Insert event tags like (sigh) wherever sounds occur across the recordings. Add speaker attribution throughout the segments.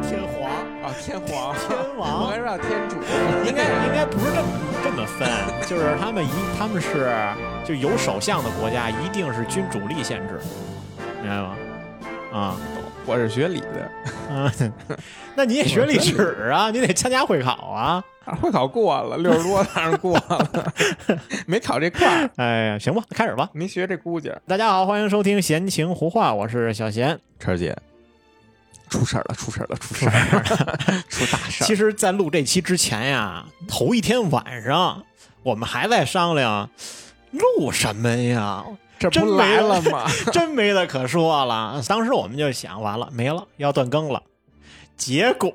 Speaker 1: 啊，天皇，
Speaker 2: 天王
Speaker 1: 我还让天主，
Speaker 2: 应该应该不是这么这么分，就是他们一他们是就有首相的国家一定是君主立宪制，明白吗？啊、 (laughs)
Speaker 1: 我是学理的，
Speaker 2: 啊，那你也学历史啊，你得参加会考啊。
Speaker 1: 啊会考过了，六十多当然过了，没考这块儿，
Speaker 2: 哎呀，行吧，开始吧。
Speaker 1: 没学这估计。
Speaker 2: 大家好，欢迎收听闲情胡话，我是小贤。
Speaker 1: 陈姐，出事儿了，出事儿了，出事儿了，出大事
Speaker 2: 其实，在录这期之前呀，头一天晚上我们还在商量录什么呀，
Speaker 1: 这
Speaker 2: 真
Speaker 1: 不
Speaker 2: 没
Speaker 1: 来
Speaker 2: 了
Speaker 1: 了吗？ (laughs)
Speaker 2: 真没得可说了。当时我们就想，完了，没了，要断更了。结果，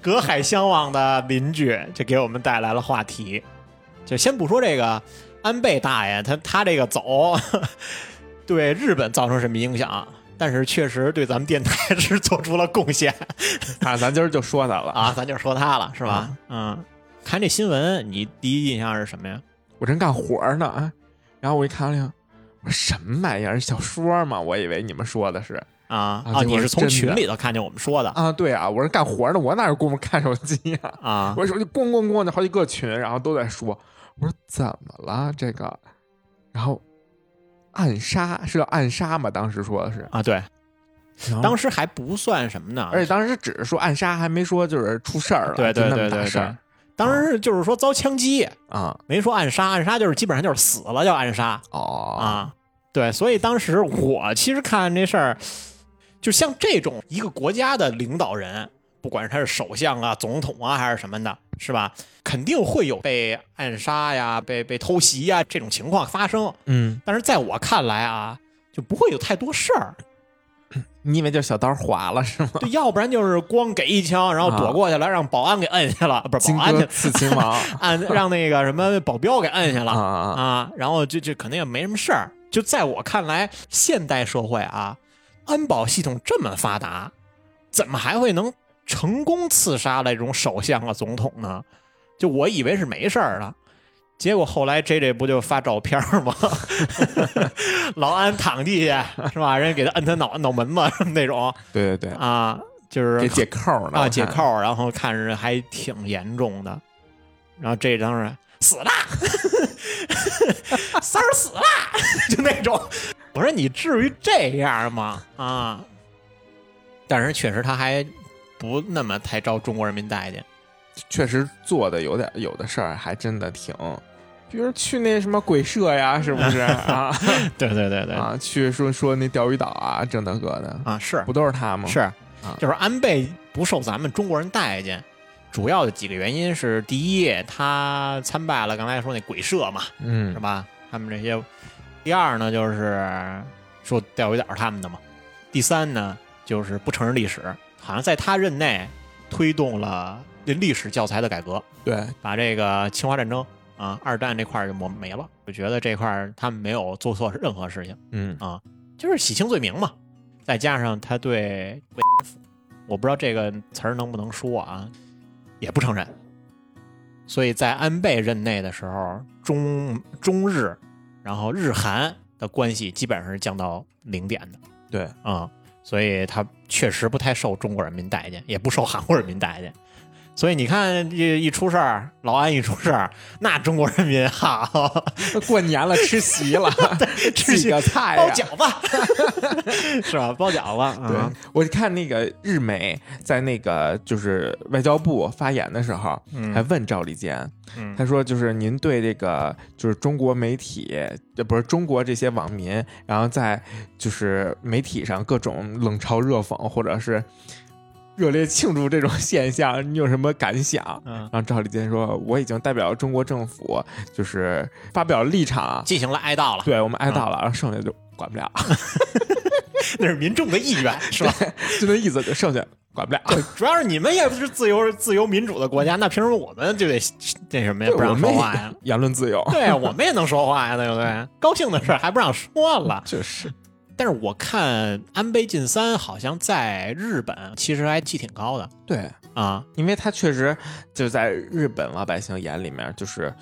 Speaker 2: 隔海相望的邻居就给我们带来了话题。就先不说这个安倍大爷，他他这个走 (laughs) 对日本造成什么影响，但是确实对咱们电台是做出了贡献
Speaker 1: 啊，咱今儿就说他了 (laughs)
Speaker 2: 啊。咱就说他了，是吧？
Speaker 1: 啊
Speaker 2: 嗯，看这新闻，你第一印象是什么呀？
Speaker 1: 我正干活儿呢，啊，然后我一看了，我说什么玩意儿？小说吗？我以为你们说的是
Speaker 2: 啊
Speaker 1: 啊结
Speaker 2: 啊，
Speaker 1: 果
Speaker 2: 你是
Speaker 1: 是
Speaker 2: 从
Speaker 1: 真
Speaker 2: 群
Speaker 1: 的
Speaker 2: 里头看见我们说的
Speaker 1: 啊，对啊，我是干活儿呢，我哪有功夫看手机呀、
Speaker 2: 啊
Speaker 1: 我手机咣咣咣的好几个群，然后都在说，我说怎么了这个？然后暗杀是要暗杀吗？当时说的是，
Speaker 2: 啊，对，当
Speaker 1: 时
Speaker 2: 时还不算什么呢，
Speaker 1: 哦而且当时只是说暗杀，还没说就是出事儿了，
Speaker 2: 对对
Speaker 1: 就那
Speaker 2: 对
Speaker 1: 么大
Speaker 2: 对
Speaker 1: 事
Speaker 2: 对
Speaker 1: 儿，
Speaker 2: 当时就是说遭枪击，
Speaker 1: 啊、
Speaker 2: 没说暗杀，暗杀就是基本上就是死了叫暗杀
Speaker 1: 哦
Speaker 2: 啊。对，所以当时我其实看这事儿，就像这种一个国家的领导人，不管是他是首相啊、总统啊还是什么的，是吧？肯定会有被暗杀呀、被被偷袭呀这种情况发生。
Speaker 1: 嗯，
Speaker 2: 但是在我看来啊，就不会有太多事儿。
Speaker 1: 你以为就小刀划了是吗？
Speaker 2: 对，要不然就是光给一枪，然后躲过去了，让保安给摁下了，不是
Speaker 1: 荆
Speaker 2: 保安
Speaker 1: 轲
Speaker 2: 去
Speaker 1: 刺秦 (laughs) 王
Speaker 2: 按让那个什么保镖给摁下了
Speaker 1: 啊啊啊
Speaker 2: 啊，然后就就可能也没什么事儿。就在我看来，现代社会啊，安保系统这么发达，怎么还会能成功刺杀了这种首相啊、总统呢？就我以为是没事儿了，结果后来 J J 不就发照片儿吗？ (laughs) 老安躺地下是吧？人家给他摁他脑脑门子什么那种
Speaker 1: 对对对，
Speaker 2: 啊，就是
Speaker 1: 给解扣儿呢
Speaker 2: 啊，
Speaker 1: 我
Speaker 2: 解
Speaker 1: 看
Speaker 2: 扣儿，然后看着还挺严重的。然后这当然死了， (laughs) 三儿死了， (laughs) 就那种。我说你至于这样吗？啊！但是确实他还不那么太招中国人民待见
Speaker 1: 确实做的有点有的事儿，还真的挺，比如去那什么鬼社呀，是不是
Speaker 2: (laughs)
Speaker 1: 啊
Speaker 2: 对对对对啊
Speaker 1: 啊？去说说那钓鱼岛啊，正大哥的，
Speaker 2: 是
Speaker 1: 不都是他吗？啊
Speaker 2: 是，就是安倍不受咱们中国人待见。主要的几个原因是：第一，他参拜了刚才说那鬼社嘛，
Speaker 1: 嗯
Speaker 2: 是，吧？他们这些。第二呢，就是说钓鱼岛是他们的嘛。第三呢，就是不承认历史，好像在他任内推动了这历史教材的改革，
Speaker 1: 对，
Speaker 2: 把这个侵华战争啊、二战这块儿就抹没了。我觉得这块儿他们没有做错任何事情，
Speaker 1: 嗯
Speaker 2: 就是洗清罪名嘛。再加上他对，我不知道这个词儿能不能说啊，也不承认。所以在安倍任内的时候，中中日，然后日韩的关系基本上是降到零点的
Speaker 1: 对，
Speaker 2: 啊、所以他确实不太受中国人民待见，也不受韩国人民待见。所以你看，一一出事儿，老安一出事儿，那中国人民好，
Speaker 1: 过年了吃席
Speaker 2: (laughs)
Speaker 1: 了， (laughs)
Speaker 2: 吃席
Speaker 1: 几个菜
Speaker 2: 包
Speaker 1: 呀。
Speaker 2: 饺子 (laughs) 是吧？包饺子，
Speaker 1: 对
Speaker 2: 啊，
Speaker 1: 我看那个日媒在那个就是外交部发言的时候，
Speaker 2: 嗯
Speaker 1: 还问赵立坚，
Speaker 2: 嗯
Speaker 1: 他说就是您对这个就是中国媒体，呃，不是中国这些网民，然后在就是媒体上各种冷嘲热讽，或者是热烈庆祝这种现象，你有什么感想？
Speaker 2: 嗯，
Speaker 1: 然后赵立坚说，我已经代表中国政府，就是发表立场，啊
Speaker 2: 进行了哀悼了，
Speaker 1: 对我们哀悼了，然后剩下就管不了，
Speaker 2: (laughs) 那是民众的意 (laughs) 愿，是吧？
Speaker 1: 就那意思，就剩下管不了。
Speaker 2: 主要是你们也不是自由自由民主的国家，那凭什么我们就得那什么呀？
Speaker 1: 对
Speaker 2: 不让
Speaker 1: 我
Speaker 2: 说
Speaker 1: 们
Speaker 2: 话呀？
Speaker 1: 也言论自由， (laughs)
Speaker 2: 对呀，我们也能说话呀，对不对？高兴的事儿还不让说 (laughs) 了。
Speaker 1: 就是
Speaker 2: 但是我看安倍晋三好像在日本其实还气挺高的
Speaker 1: 对，
Speaker 2: 啊，
Speaker 1: 因为他确实就在日本老百姓眼里面，就是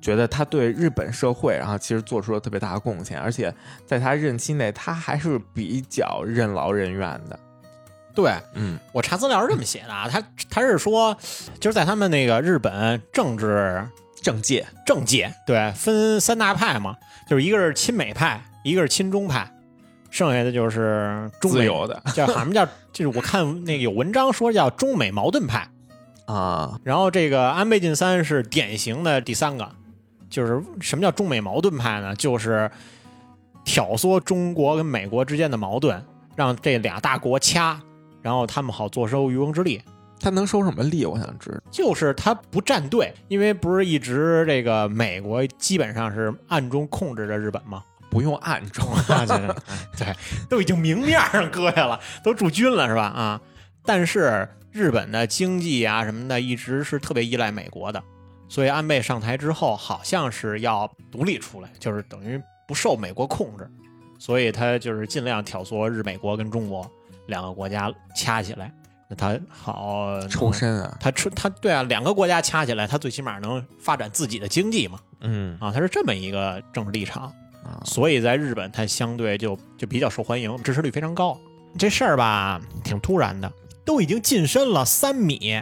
Speaker 1: 觉得他对日本社会，然后其实做出了特别大的贡献，而且在他任期内，他还是比较任劳任怨的。
Speaker 2: 对
Speaker 1: 嗯
Speaker 2: 我查资料是这么写的啊，他他是说，就是在他们那个日本政治
Speaker 1: 政界
Speaker 2: 政界对分三大派嘛，就是一个是亲美派，一个是亲中派，剩下的就是中
Speaker 1: 自
Speaker 2: 美
Speaker 1: 由的
Speaker 2: 叫什么叫就是我看那个有文章说叫中美矛盾派，
Speaker 1: 啊，
Speaker 2: 然后这个安倍晋三是典型的第三个，就是什么叫中美矛盾派呢？就是挑唆中国跟美国之间的矛盾，让这俩大国掐，然后他们好坐收渔翁之利。
Speaker 1: 他能收什么利？我想知道。
Speaker 2: 就是他不站队，因为不是一直这个美国基本上是暗中控制着日本吗？
Speaker 1: 不用暗中，
Speaker 2: 啊，对对 (laughs) 对，都已经明面上割下了，都驻军了是吧？啊，但是日本的经济啊什么的，一直是特别依赖美国的，所以安倍上台之后，好像是要独立出来，就是等于不受美国控制，所以他就是尽量挑唆日美国跟中国两个国家掐起来，那他好
Speaker 1: 抽身啊，
Speaker 2: 他出他对啊，两个国家掐起来，他最起码能发展自己的经济嘛
Speaker 1: 嗯
Speaker 2: 啊，他是这么一个政治立场，
Speaker 1: 啊，
Speaker 2: 所以在日本他相对就就比较受欢迎，支持率非常高。这事儿吧，挺突然的，都已经近身了三米，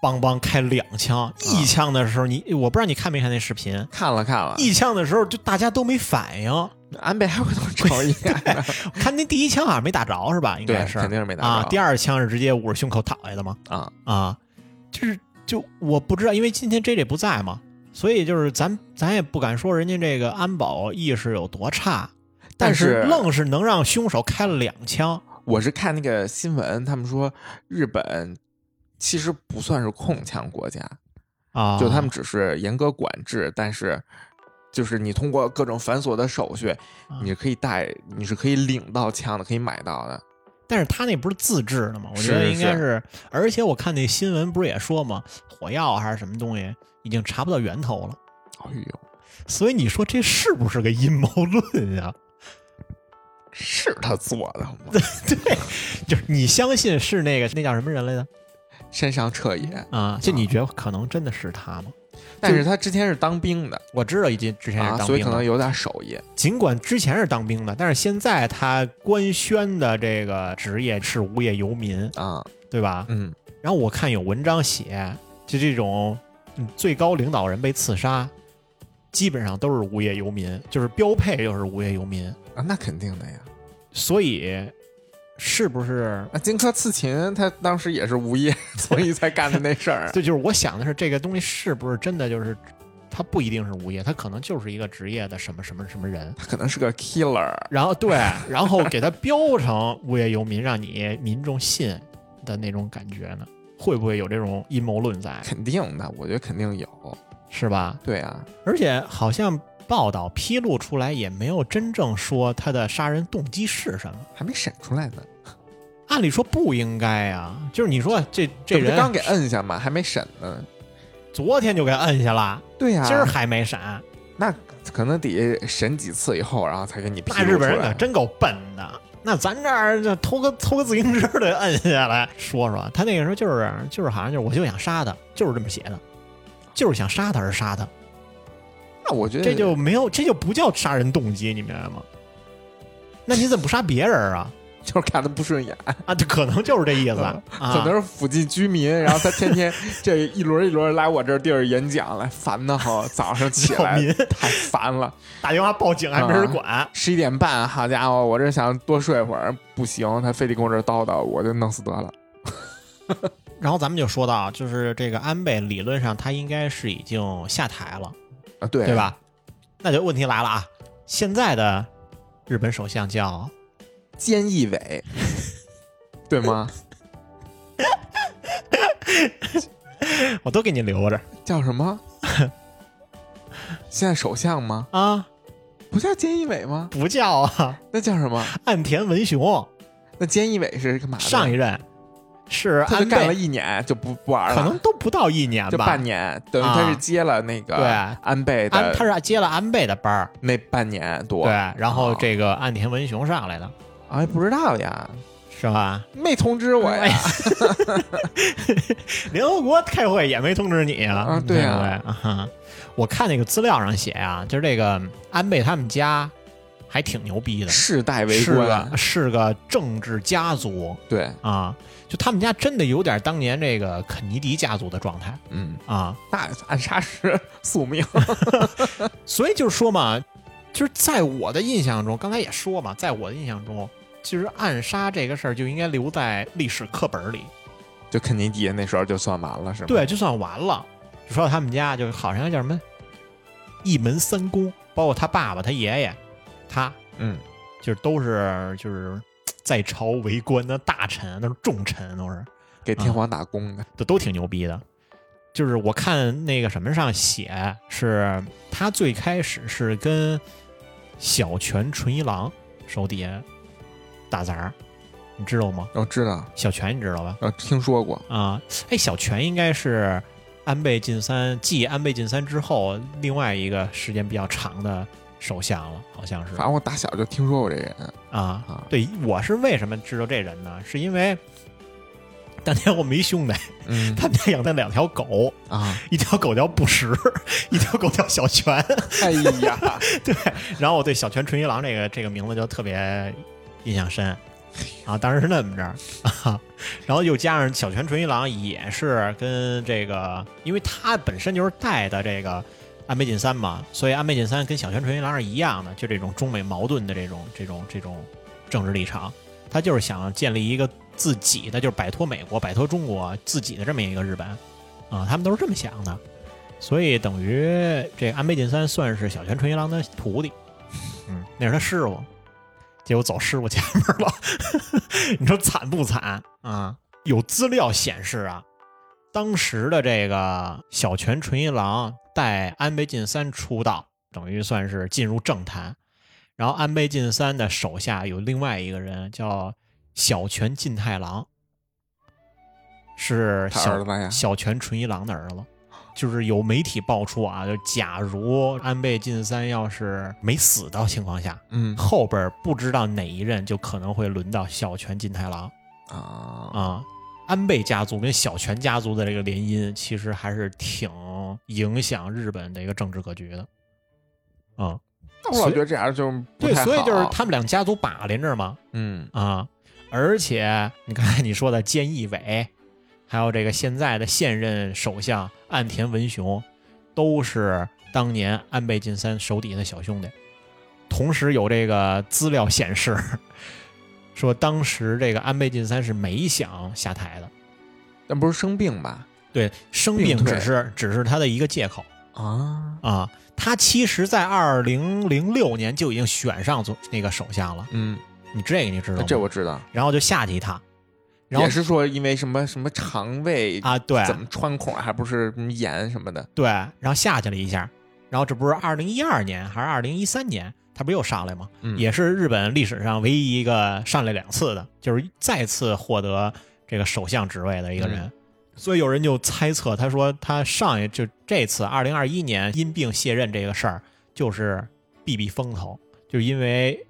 Speaker 2: 梆梆开两
Speaker 1: 啊
Speaker 2: 枪，一枪的时候你我不知道你看没看那视频，
Speaker 1: 看了看了，
Speaker 2: 一枪的时候就大家都没反应，
Speaker 1: 安倍还会
Speaker 2: (laughs)
Speaker 1: 能瞅一眼呢，
Speaker 2: 看那第一枪好像没打着是吧？应
Speaker 1: 对
Speaker 2: 该，是
Speaker 1: 肯定是没打
Speaker 2: 啊，
Speaker 1: 着
Speaker 2: 第二枪是直接捂着胸口躺下的吗？
Speaker 1: 啊，
Speaker 2: 啊，就是就我不知道，因为今天 J J 不在嘛，所以就是咱咱也不敢说人家这个安保意识有多差，但
Speaker 1: 但
Speaker 2: 是
Speaker 1: 是
Speaker 2: 愣是能让凶手开了两枪。
Speaker 1: 我是看那个新闻，他们说日本其实不算是控枪国家，
Speaker 2: 啊，
Speaker 1: 就他们只是严格管制，但是就是你通过各种繁琐的手续，
Speaker 2: 啊
Speaker 1: 你可以带，你是可以领到枪的，可以买到的。
Speaker 2: 但是他那不是自制的吗？我觉
Speaker 1: 是
Speaker 2: 得
Speaker 1: 是
Speaker 2: 应该是，而且我看那新闻不是也说吗？火药还是什么东西已经查不到源头了，
Speaker 1: 哎呦，
Speaker 2: 所以你说这是不是个阴谋论呀、 (laughs)
Speaker 1: 是他做的吗？
Speaker 2: 对，就是你相信是那个那叫什么人来着？
Speaker 1: 身上彻也，
Speaker 2: 啊，就你觉得可能真的是他吗？
Speaker 1: 但是他之前是当兵的
Speaker 2: 我知道，已经之前是
Speaker 1: 啊，
Speaker 2: 哎当
Speaker 1: 所以
Speaker 2: 兵
Speaker 1: 可
Speaker 2: 的，
Speaker 1: 能有点手艺。
Speaker 2: 尽管之前是当兵的，但是现在他官宣的这个职业是无业游民，
Speaker 1: 啊，
Speaker 2: 对吧？
Speaker 1: 嗯，
Speaker 2: 然后我看有文章写，就这种嗯最高领导人被刺杀，基本上都是无业游民，就是标配就是无业游民，
Speaker 1: 啊，那肯定的呀。
Speaker 2: 所以是不是？
Speaker 1: 啊，荆轲刺秦，他当时也是无
Speaker 2: (laughs)
Speaker 1: 业，所以才干的那事儿。
Speaker 2: 对，就是我想的是，这个东西是不是真的就是，他不一定是无业，他可能就是一个职业的什么什么什么人，
Speaker 1: 他可能是个 killer，
Speaker 2: 然后对，然后给他标成无业游民，让你民众信的那种感觉呢？会不会有这种阴谋论在？
Speaker 1: 肯定的，我觉得肯定有。
Speaker 2: 是吧？
Speaker 1: 对啊，
Speaker 2: 而且好像报道披露出来也没有真正说他的杀人动机是什么。
Speaker 1: 还没审出来呢。
Speaker 2: 按理说不应该啊，就是你说这这
Speaker 1: 不是
Speaker 2: 人
Speaker 1: 刚给摁下嘛，还没审呢。
Speaker 2: 昨天就给摁下了，
Speaker 1: 对呀、
Speaker 2: 今儿还没审，
Speaker 1: 那可能得审几次以后，然后才给你披
Speaker 2: 那
Speaker 1: 露
Speaker 2: 日
Speaker 1: 出
Speaker 2: 本人
Speaker 1: 来
Speaker 2: 可真够笨的。那咱这儿就偷个偷个自行车得摁下来 (laughs) 说说，他那个时候就是就是好像就是我就想杀他，就是这么写的，就是想杀他而杀他，
Speaker 1: 那我觉得
Speaker 2: 这就没有这就不叫杀人动机，你明白吗？那你怎么不杀别人啊？ (laughs)
Speaker 1: 就是 (laughs) 看他不顺眼，
Speaker 2: 啊，这可能就是这意思，
Speaker 1: 嗯
Speaker 2: 啊
Speaker 1: 可能是附近居民，然后他天
Speaker 2: (laughs)
Speaker 1: 天这一轮一轮来我这儿地儿演讲来，烦的慌。早上起
Speaker 2: 扰
Speaker 1: 来
Speaker 2: 民
Speaker 1: 太烦了，
Speaker 2: 打电话报警还没人管，
Speaker 1: 十一点半，好家伙，我这想多睡会儿，不行，他非得跟我这儿叨叨，我就弄死得了。
Speaker 2: 然后咱们就说到，就是这个安倍理论上他应该是已经下台了，
Speaker 1: 啊，对
Speaker 2: 对？吧？那就问题来了啊，现在的日本首相叫
Speaker 1: 菅义
Speaker 2: (laughs)
Speaker 1: 伟，对吗？
Speaker 2: 我都给你留着
Speaker 1: 叫什么？现在首相吗？
Speaker 2: 啊，
Speaker 1: 不叫菅义伟吗？
Speaker 2: 不叫啊，
Speaker 1: 那叫什么？
Speaker 2: 岸田文雄
Speaker 1: 那菅义伟是干嘛的？
Speaker 2: 上一任是
Speaker 1: 他
Speaker 2: 安
Speaker 1: 就干了
Speaker 2: 倍，
Speaker 1: 一年就不不玩
Speaker 2: 可能
Speaker 1: 了，
Speaker 2: 都不到一年
Speaker 1: 就
Speaker 2: 吧，
Speaker 1: 半年，等于他是接了那个
Speaker 2: 对
Speaker 1: 安倍
Speaker 2: 安他
Speaker 1: 的
Speaker 2: 是接了安倍的班儿，
Speaker 1: 那半年多。
Speaker 2: 对，然
Speaker 1: 哦
Speaker 2: 后这个岸田文雄上来的
Speaker 1: 哎，不知道呀，
Speaker 2: 是吧？
Speaker 1: 没通知
Speaker 2: 哎
Speaker 1: 我
Speaker 2: (laughs)
Speaker 1: 呀。
Speaker 2: 联合国开会也没通知你啊
Speaker 1: 啊对啊
Speaker 2: 啊，啊哈我看那个资料上写啊，就是这个安倍他们家还挺牛逼的，
Speaker 1: 世代为
Speaker 2: 是
Speaker 1: 官
Speaker 2: 个，是个政治家族
Speaker 1: 对，
Speaker 2: 啊。就他们家真的有点当年这个肯尼迪家族的状态
Speaker 1: 嗯，
Speaker 2: 啊，
Speaker 1: 那暗杀是宿命，
Speaker 2: 所以就是说嘛，就是在我的印象中，刚才也说嘛，在我的印象中，其实暗杀这个事儿就应该留在历史课本里，
Speaker 1: 就肯尼迪那时候就算完了，是吗？
Speaker 2: 对，，就算完了。就说到他们家，就好像叫什么一门三公，包括他爸爸、他爷爷，他
Speaker 1: 嗯，
Speaker 2: 就是都是就是在朝为官的大臣，都是重臣，都是
Speaker 1: 给天皇打工的，
Speaker 2: 都都挺牛逼的。就是我看那个什么上写，是他最开始是跟小泉纯一郎手底下打杂儿，你知道吗？
Speaker 1: 我知道，
Speaker 2: 小泉你知道吧？
Speaker 1: 呃，听说过，
Speaker 2: 啊，哎，小泉应该是安倍晋三继安倍晋三之后另外一个时间比较长的首相了，好像是
Speaker 1: 反正我打小就听说过这人，
Speaker 2: 啊
Speaker 1: 啊。
Speaker 2: 对，我是为什么知道这人呢？是因为当年我们一兄弟，
Speaker 1: 嗯
Speaker 2: 他们家养的两条狗，
Speaker 1: 啊，
Speaker 2: (laughs) 一条狗叫布什，一条狗叫小泉。 (laughs)
Speaker 1: 哎呀，
Speaker 2: 对，然后我对小泉纯一郎这个这个名字就特别印象深。啊，当时是那么着， (laughs) 啊，然后又加上小泉纯一郎也是跟这个，因为他本身就是带的这个安倍晋三嘛，所以安倍晋三跟小泉纯一郎是一样的，就这种中美矛盾的这种这种这种政治立场，他就是想建立一个自己的，就是摆脱美国、摆脱中国自己的这么一个日本，啊，他们都是这么想的，所以等于这安倍晋三算是小泉纯一郎的徒弟，嗯，那是他师傅，结果走师傅前面了， (laughs) 你说惨不惨啊？有资料显示啊，当时的这个小泉纯一郎带安倍晋三出道，等于算是进入政坛，然后安倍晋三的手下有另外一个人叫小泉进太郎，是
Speaker 1: 他
Speaker 2: 小
Speaker 1: 儿子呀，
Speaker 2: 小泉纯一郎的儿子，就是有媒体爆出啊，就假如安倍晋三要是没死的情况下，
Speaker 1: (laughs) 嗯
Speaker 2: 后边不知道哪一任就可能会轮到小泉进太郎
Speaker 1: 啊，
Speaker 2: 啊。安倍家族跟小泉家族的这个联姻，其实还是挺影响日本的一个政治格局的，啊、
Speaker 1: 但我老
Speaker 2: 所以
Speaker 1: 觉得这样就不
Speaker 2: 对，
Speaker 1: 太好，啊
Speaker 2: 所以就是他们俩家族把连着嘛，
Speaker 1: 嗯
Speaker 2: 啊，而且你刚才你说的菅义伟，还有这个现在的现任首相岸田文雄，都是当年安倍晋三手底下的小兄弟。同时有这个资料显示，说当时这个安倍晋三是没想下台的，
Speaker 1: 那不是生病吧？
Speaker 2: 对，生
Speaker 1: 病
Speaker 2: 病只
Speaker 1: 退
Speaker 2: 是只是他的一个借口。
Speaker 1: 啊，
Speaker 2: 啊，他其实，在二零零六年就已经选上总那个首相了，
Speaker 1: 嗯，
Speaker 2: 你这个你知道吗？
Speaker 1: 这我知道，
Speaker 2: 然后就下去一趟，然
Speaker 1: 也
Speaker 2: 后
Speaker 1: 是说因为什么什么肠胃
Speaker 2: 啊，对，
Speaker 1: 怎么穿孔，还不是什么炎什么的，
Speaker 2: 对，然后下去了一下，然后这不是二零一二年还是二零一三年，他不是又上来吗？
Speaker 1: 嗯
Speaker 2: 也是日本历史上唯一一个上来两次的，就是再次获得这个首相职位的一个人。所以有人就猜测，他说他上一就这次二零二一年因病卸任这个事儿，就是避避风头，就是因为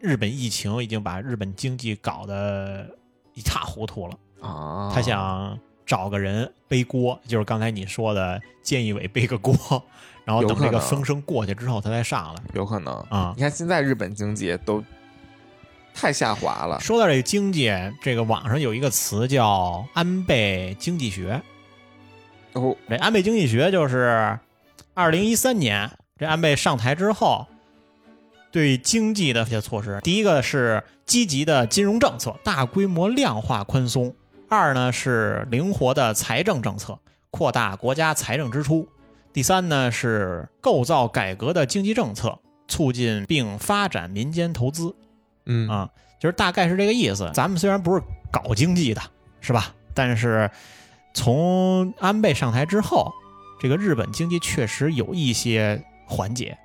Speaker 2: 日本疫情已经把日本经济搞得一塌糊涂了。
Speaker 1: 啊，
Speaker 2: 他想找个人背锅，就是刚才你说的菅义伟背个锅， (laughs) 然后
Speaker 1: 有
Speaker 2: 等
Speaker 1: 可
Speaker 2: 这个
Speaker 1: 能
Speaker 2: 风声过去之后，他再上来
Speaker 1: 有可能
Speaker 2: 啊。
Speaker 1: 你看现在日本经济都太下滑了，
Speaker 2: 说到这个经济，这个网上有一个词叫安倍经济学。
Speaker 1: 哦，
Speaker 2: 这安倍经济学就是二零一三年这安倍上台之后对经济的一些措施，第一个是积极的金融政策，大规模量化宽松；二呢是灵活的财政政策，扩大国家财政支出；第三呢是构造改革的经济政策，促进并发展民间投资。
Speaker 1: 嗯
Speaker 2: 啊，就是大概是这个意思。咱们虽然不是搞经济的，是吧？但是从安倍上台之后，这个日本经济确实有一些缓解，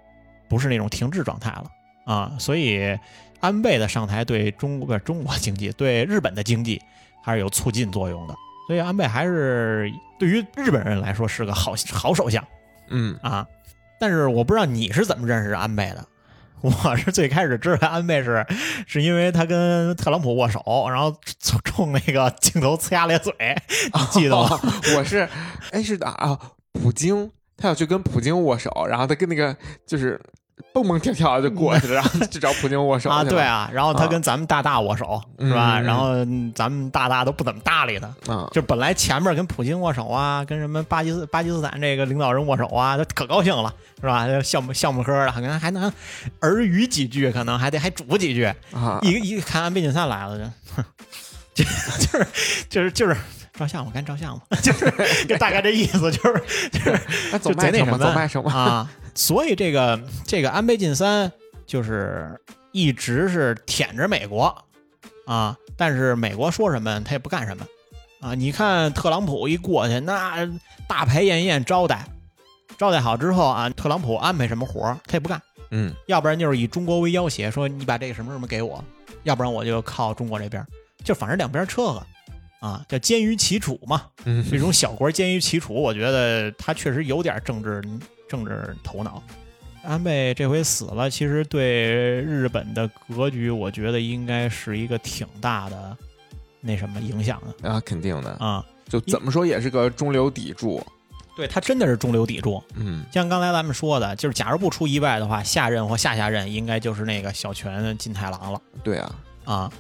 Speaker 2: 不是那种停滞状态了啊。所以安倍的上台对中国不是中国经济对日本的经济还是有促进作用的。所以安倍还是对于日本人来说是个好好首相。
Speaker 1: 嗯，
Speaker 2: 啊。但是我不知道你是怎么认识安倍的。我是最开始知道安倍是，是因为他跟特朗普握手，然后冲冲那个镜头呲牙咧嘴，
Speaker 1: 哦
Speaker 2: 你记得吗？
Speaker 1: (laughs) 我是，哎，是哪儿啊？普京，他要去跟普京握手，然后他跟那个就是。蹦蹦跳跳就过去了，然后就找普京握手
Speaker 2: 啊，
Speaker 1: 去
Speaker 2: 对
Speaker 1: 了
Speaker 2: 啊，然后他跟咱们大大握手、是吧？
Speaker 1: 嗯嗯嗯嗯
Speaker 2: 然后咱们大大都不怎么搭理他，
Speaker 1: 啊，
Speaker 2: 就本来前面跟普京握手啊，跟什么巴基斯巴基斯坦这个领导人握手啊，他可高兴了，是吧？就项目项目科的，可能还能耳语几句，可能还得还嘱几句。
Speaker 1: 啊
Speaker 2: 一个一个看安倍晋三来了，就就就是就是就是照相，我干照相嘛，就是就大概这意思，就是
Speaker 1: 那走
Speaker 2: 就贼
Speaker 1: 麦
Speaker 2: 那
Speaker 1: 城
Speaker 2: 什
Speaker 1: 吧，
Speaker 2: 么
Speaker 1: 走麦城
Speaker 2: (laughs)
Speaker 1: 吧，
Speaker 2: 啊，所以这个这个安倍晋三就是一直是舔着美国啊，但是美国说什么他也不干什么啊。你看特朗普一过去，那大排宴宴招待，招待好之后啊，特朗普安排什么活儿他也不干，
Speaker 1: 嗯
Speaker 2: 要不然就是以中国为要挟，说你把这个什么什么给我，要不然我就靠中国这边儿，就反正两边儿撤了啊，叫坚于其楚嘛。
Speaker 1: 嗯
Speaker 2: 这种小国坚于其楚，我觉得他确实有点政治政治头脑。安倍这回死了，其实对日本的格局，我觉得应该是一个挺大的那什么影响
Speaker 1: (laughs)
Speaker 2: 的
Speaker 1: 啊，肯定的，
Speaker 2: 啊。
Speaker 1: 就怎么说也是个中流砥柱，
Speaker 2: 对他真的是中流砥柱，
Speaker 1: 嗯
Speaker 2: 像刚才咱们说的，就是假如不出意外的话，下任或下下任应该就是那个小泉进太郎了
Speaker 1: 对啊，
Speaker 2: 啊。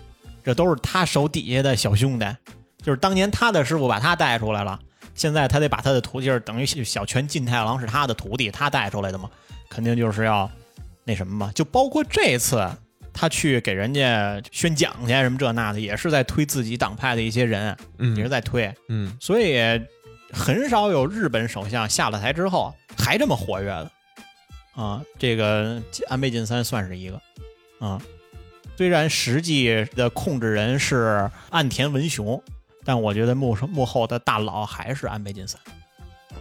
Speaker 2: 这都是他手底下的小兄弟，就是当年他的师傅把他带出来了，现在他得把他的徒弟，就是等于小泉进太郎是他的徒弟，他带出来的嘛，肯定就是要那什么嘛。就包括这次他去给人家宣讲去什么这那的，也是在推自己党派的一些人，也
Speaker 1: 嗯
Speaker 2: 是在推，
Speaker 1: 嗯
Speaker 2: 所以很少有日本首相下了台之后还这么活跃的啊。这个安倍晋三算是一个啊，虽然实际的控制人是岸田文雄，但我觉得幕幕后的大佬还是安倍晋三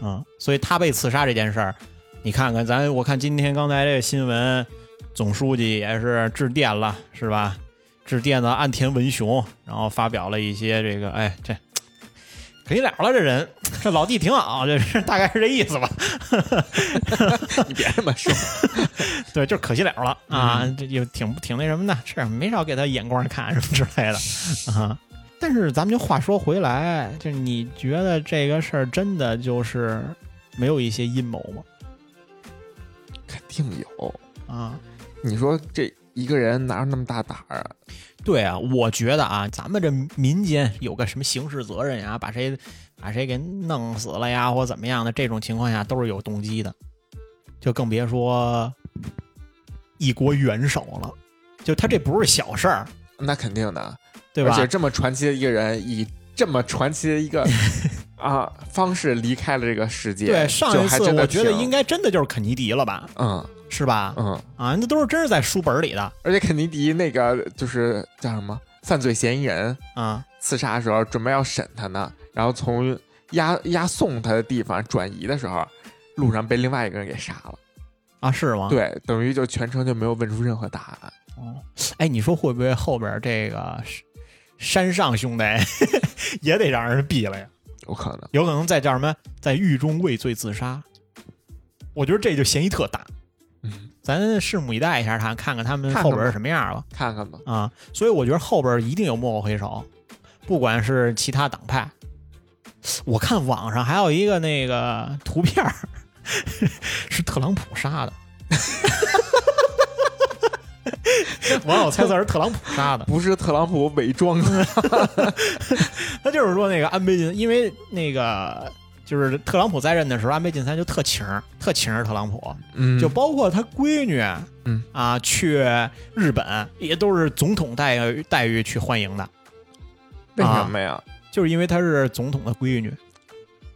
Speaker 2: 啊。所以他被刺杀这件事儿，你看看咱我看今天刚才这个新闻，总书记也是致电了，是吧？致电了岸田文雄，然后发表了一些这个，哎，这可以了了，这人 (laughs) 这老弟挺好， (laughs) 这是大概是这意思吧？
Speaker 1: 你别这么说， (laughs)
Speaker 2: 对，就是可惜了了啊，这也挺挺那什么的，是没少给他眼光看什么之类的 (laughs) 啊。但是咱们就话说回来，就是你觉得这个事儿真的就是没有一些阴谋吗？
Speaker 1: 肯定有。
Speaker 2: 啊，
Speaker 1: 你说这一个人哪有那么大胆儿啊？
Speaker 2: 对啊，我觉得啊，咱们这民间有个什么刑事责任呀，把谁把谁给弄死了呀，或怎么样的这种情况下都是有动机的，就更别说一国元首了，就他这不是小事儿，
Speaker 1: 那肯定的，
Speaker 2: 对
Speaker 1: 而
Speaker 2: 吧
Speaker 1: 且？这么传奇的一个人，以这么传奇的一
Speaker 2: (laughs)
Speaker 1: 个啊方式离开了这个世界，
Speaker 2: 对，上一
Speaker 1: 就还
Speaker 2: 次
Speaker 1: 真的
Speaker 2: 我觉得
Speaker 1: 挺
Speaker 2: 应该真的就是肯尼迪了吧，
Speaker 1: 嗯
Speaker 2: 是吧？
Speaker 1: 嗯，
Speaker 2: 啊，那都是真是在书本里的
Speaker 1: 而且肯尼迪那个就是叫什么犯罪嫌疑人
Speaker 2: 啊，
Speaker 1: 刺杀的时候，准备要审他呢，然后从押押送他的地方转移的时候，路上被另外一个人给杀了。
Speaker 2: 啊是吗？
Speaker 1: 对，等于就全程就没有问出任何答案。
Speaker 2: 哦，哎，你说会不会后边这个山上兄弟 (laughs) 也得让人毙了呀？
Speaker 1: 有可能，
Speaker 2: 有可能在叫什么，在狱中畏罪自杀。我觉得这就嫌疑特大，
Speaker 1: 嗯，
Speaker 2: 咱拭目以待一下他，看看他们
Speaker 1: 看看
Speaker 2: 后边
Speaker 1: 吧
Speaker 2: 是什么样吧。
Speaker 1: 看看吧。
Speaker 2: 啊，所以我觉得后边一定有幕后黑手，不管是其他党派。我看网上还有一个那个图片儿 (laughs) 是特朗普
Speaker 1: (laughs)
Speaker 2: 杀的， (laughs) 网友猜测是特朗普杀的。
Speaker 1: 不是特朗普伪装的，
Speaker 2: 他就是说那个安倍晋，因为那个就是特朗普在任的时候，安倍晋三就特情儿特情儿特朗普，
Speaker 1: 嗯
Speaker 2: 就包括他闺女，
Speaker 1: 嗯
Speaker 2: 啊，去日本也都是总统待遇待遇去欢迎的，
Speaker 1: 为
Speaker 2: 啊
Speaker 1: 什么呀？
Speaker 2: 就是因为她是总统的闺女，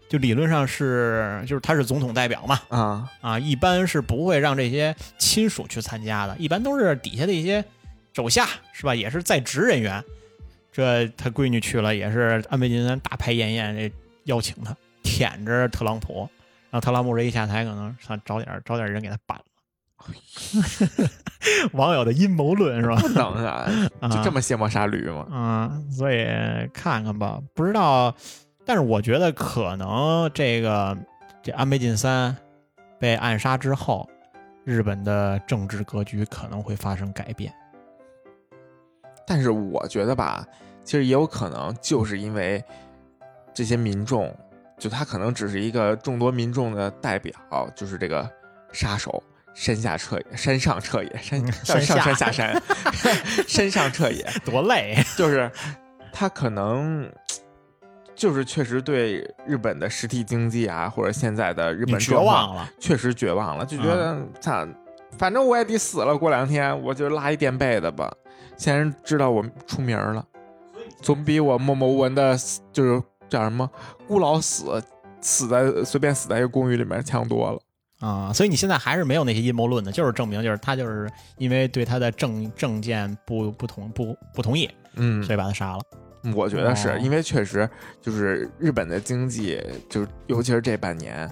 Speaker 2: 就理论上是就是她是总统代表嘛，
Speaker 1: 啊，
Speaker 2: 啊，一般是不会让这些亲属去参加的，一般都是底下的一些手下是吧？也是在职人员。这他闺女去了，也是安倍晋三大排宴宴这邀请他，舔着特朗普，然后特朗普这一下台，可能想找点找点人给他办了。 (laughs) 网友的阴谋论是吧？
Speaker 1: 不能啊， (laughs)
Speaker 2: (laughs)
Speaker 1: 就这么卸磨杀驴吗？
Speaker 2: 嗯，所以看看吧，不知道。但是我觉得可能这个这安倍晋三被暗杀之后，日本的政治格局可能会发生改变。
Speaker 1: 但是我觉得吧，其实也有可能就是因为这些民众，就他可能只是一个众多民众的代表，就是这个杀手，山下彻也，山上彻也，山上
Speaker 2: 嗯山下
Speaker 1: 山下山，
Speaker 2: (laughs)
Speaker 1: 山上彻也，
Speaker 2: 多累，啊
Speaker 1: 就是他可能就是确实对日本的实体经济啊，或者现在的日
Speaker 2: 你
Speaker 1: 本
Speaker 2: 绝
Speaker 1: 状况啊
Speaker 2: 望了。
Speaker 1: 确实绝望了，就觉得操、反正我也得死了，过两天我就拉一垫被子吧。现在知道我出名了，总比我默默无闻的，就是叫什么孤老死，死在随便死在一个公寓里面强多了。
Speaker 2: 啊、所以你现在还是没有那些阴谋论的，就是证明，就是他就是因为对他的政政见不不同不不同意，
Speaker 1: 嗯，
Speaker 2: 所以把他杀了。
Speaker 1: 我觉得
Speaker 2: 哦
Speaker 1: 是因为确实就是日本的经济，就是尤其是这半年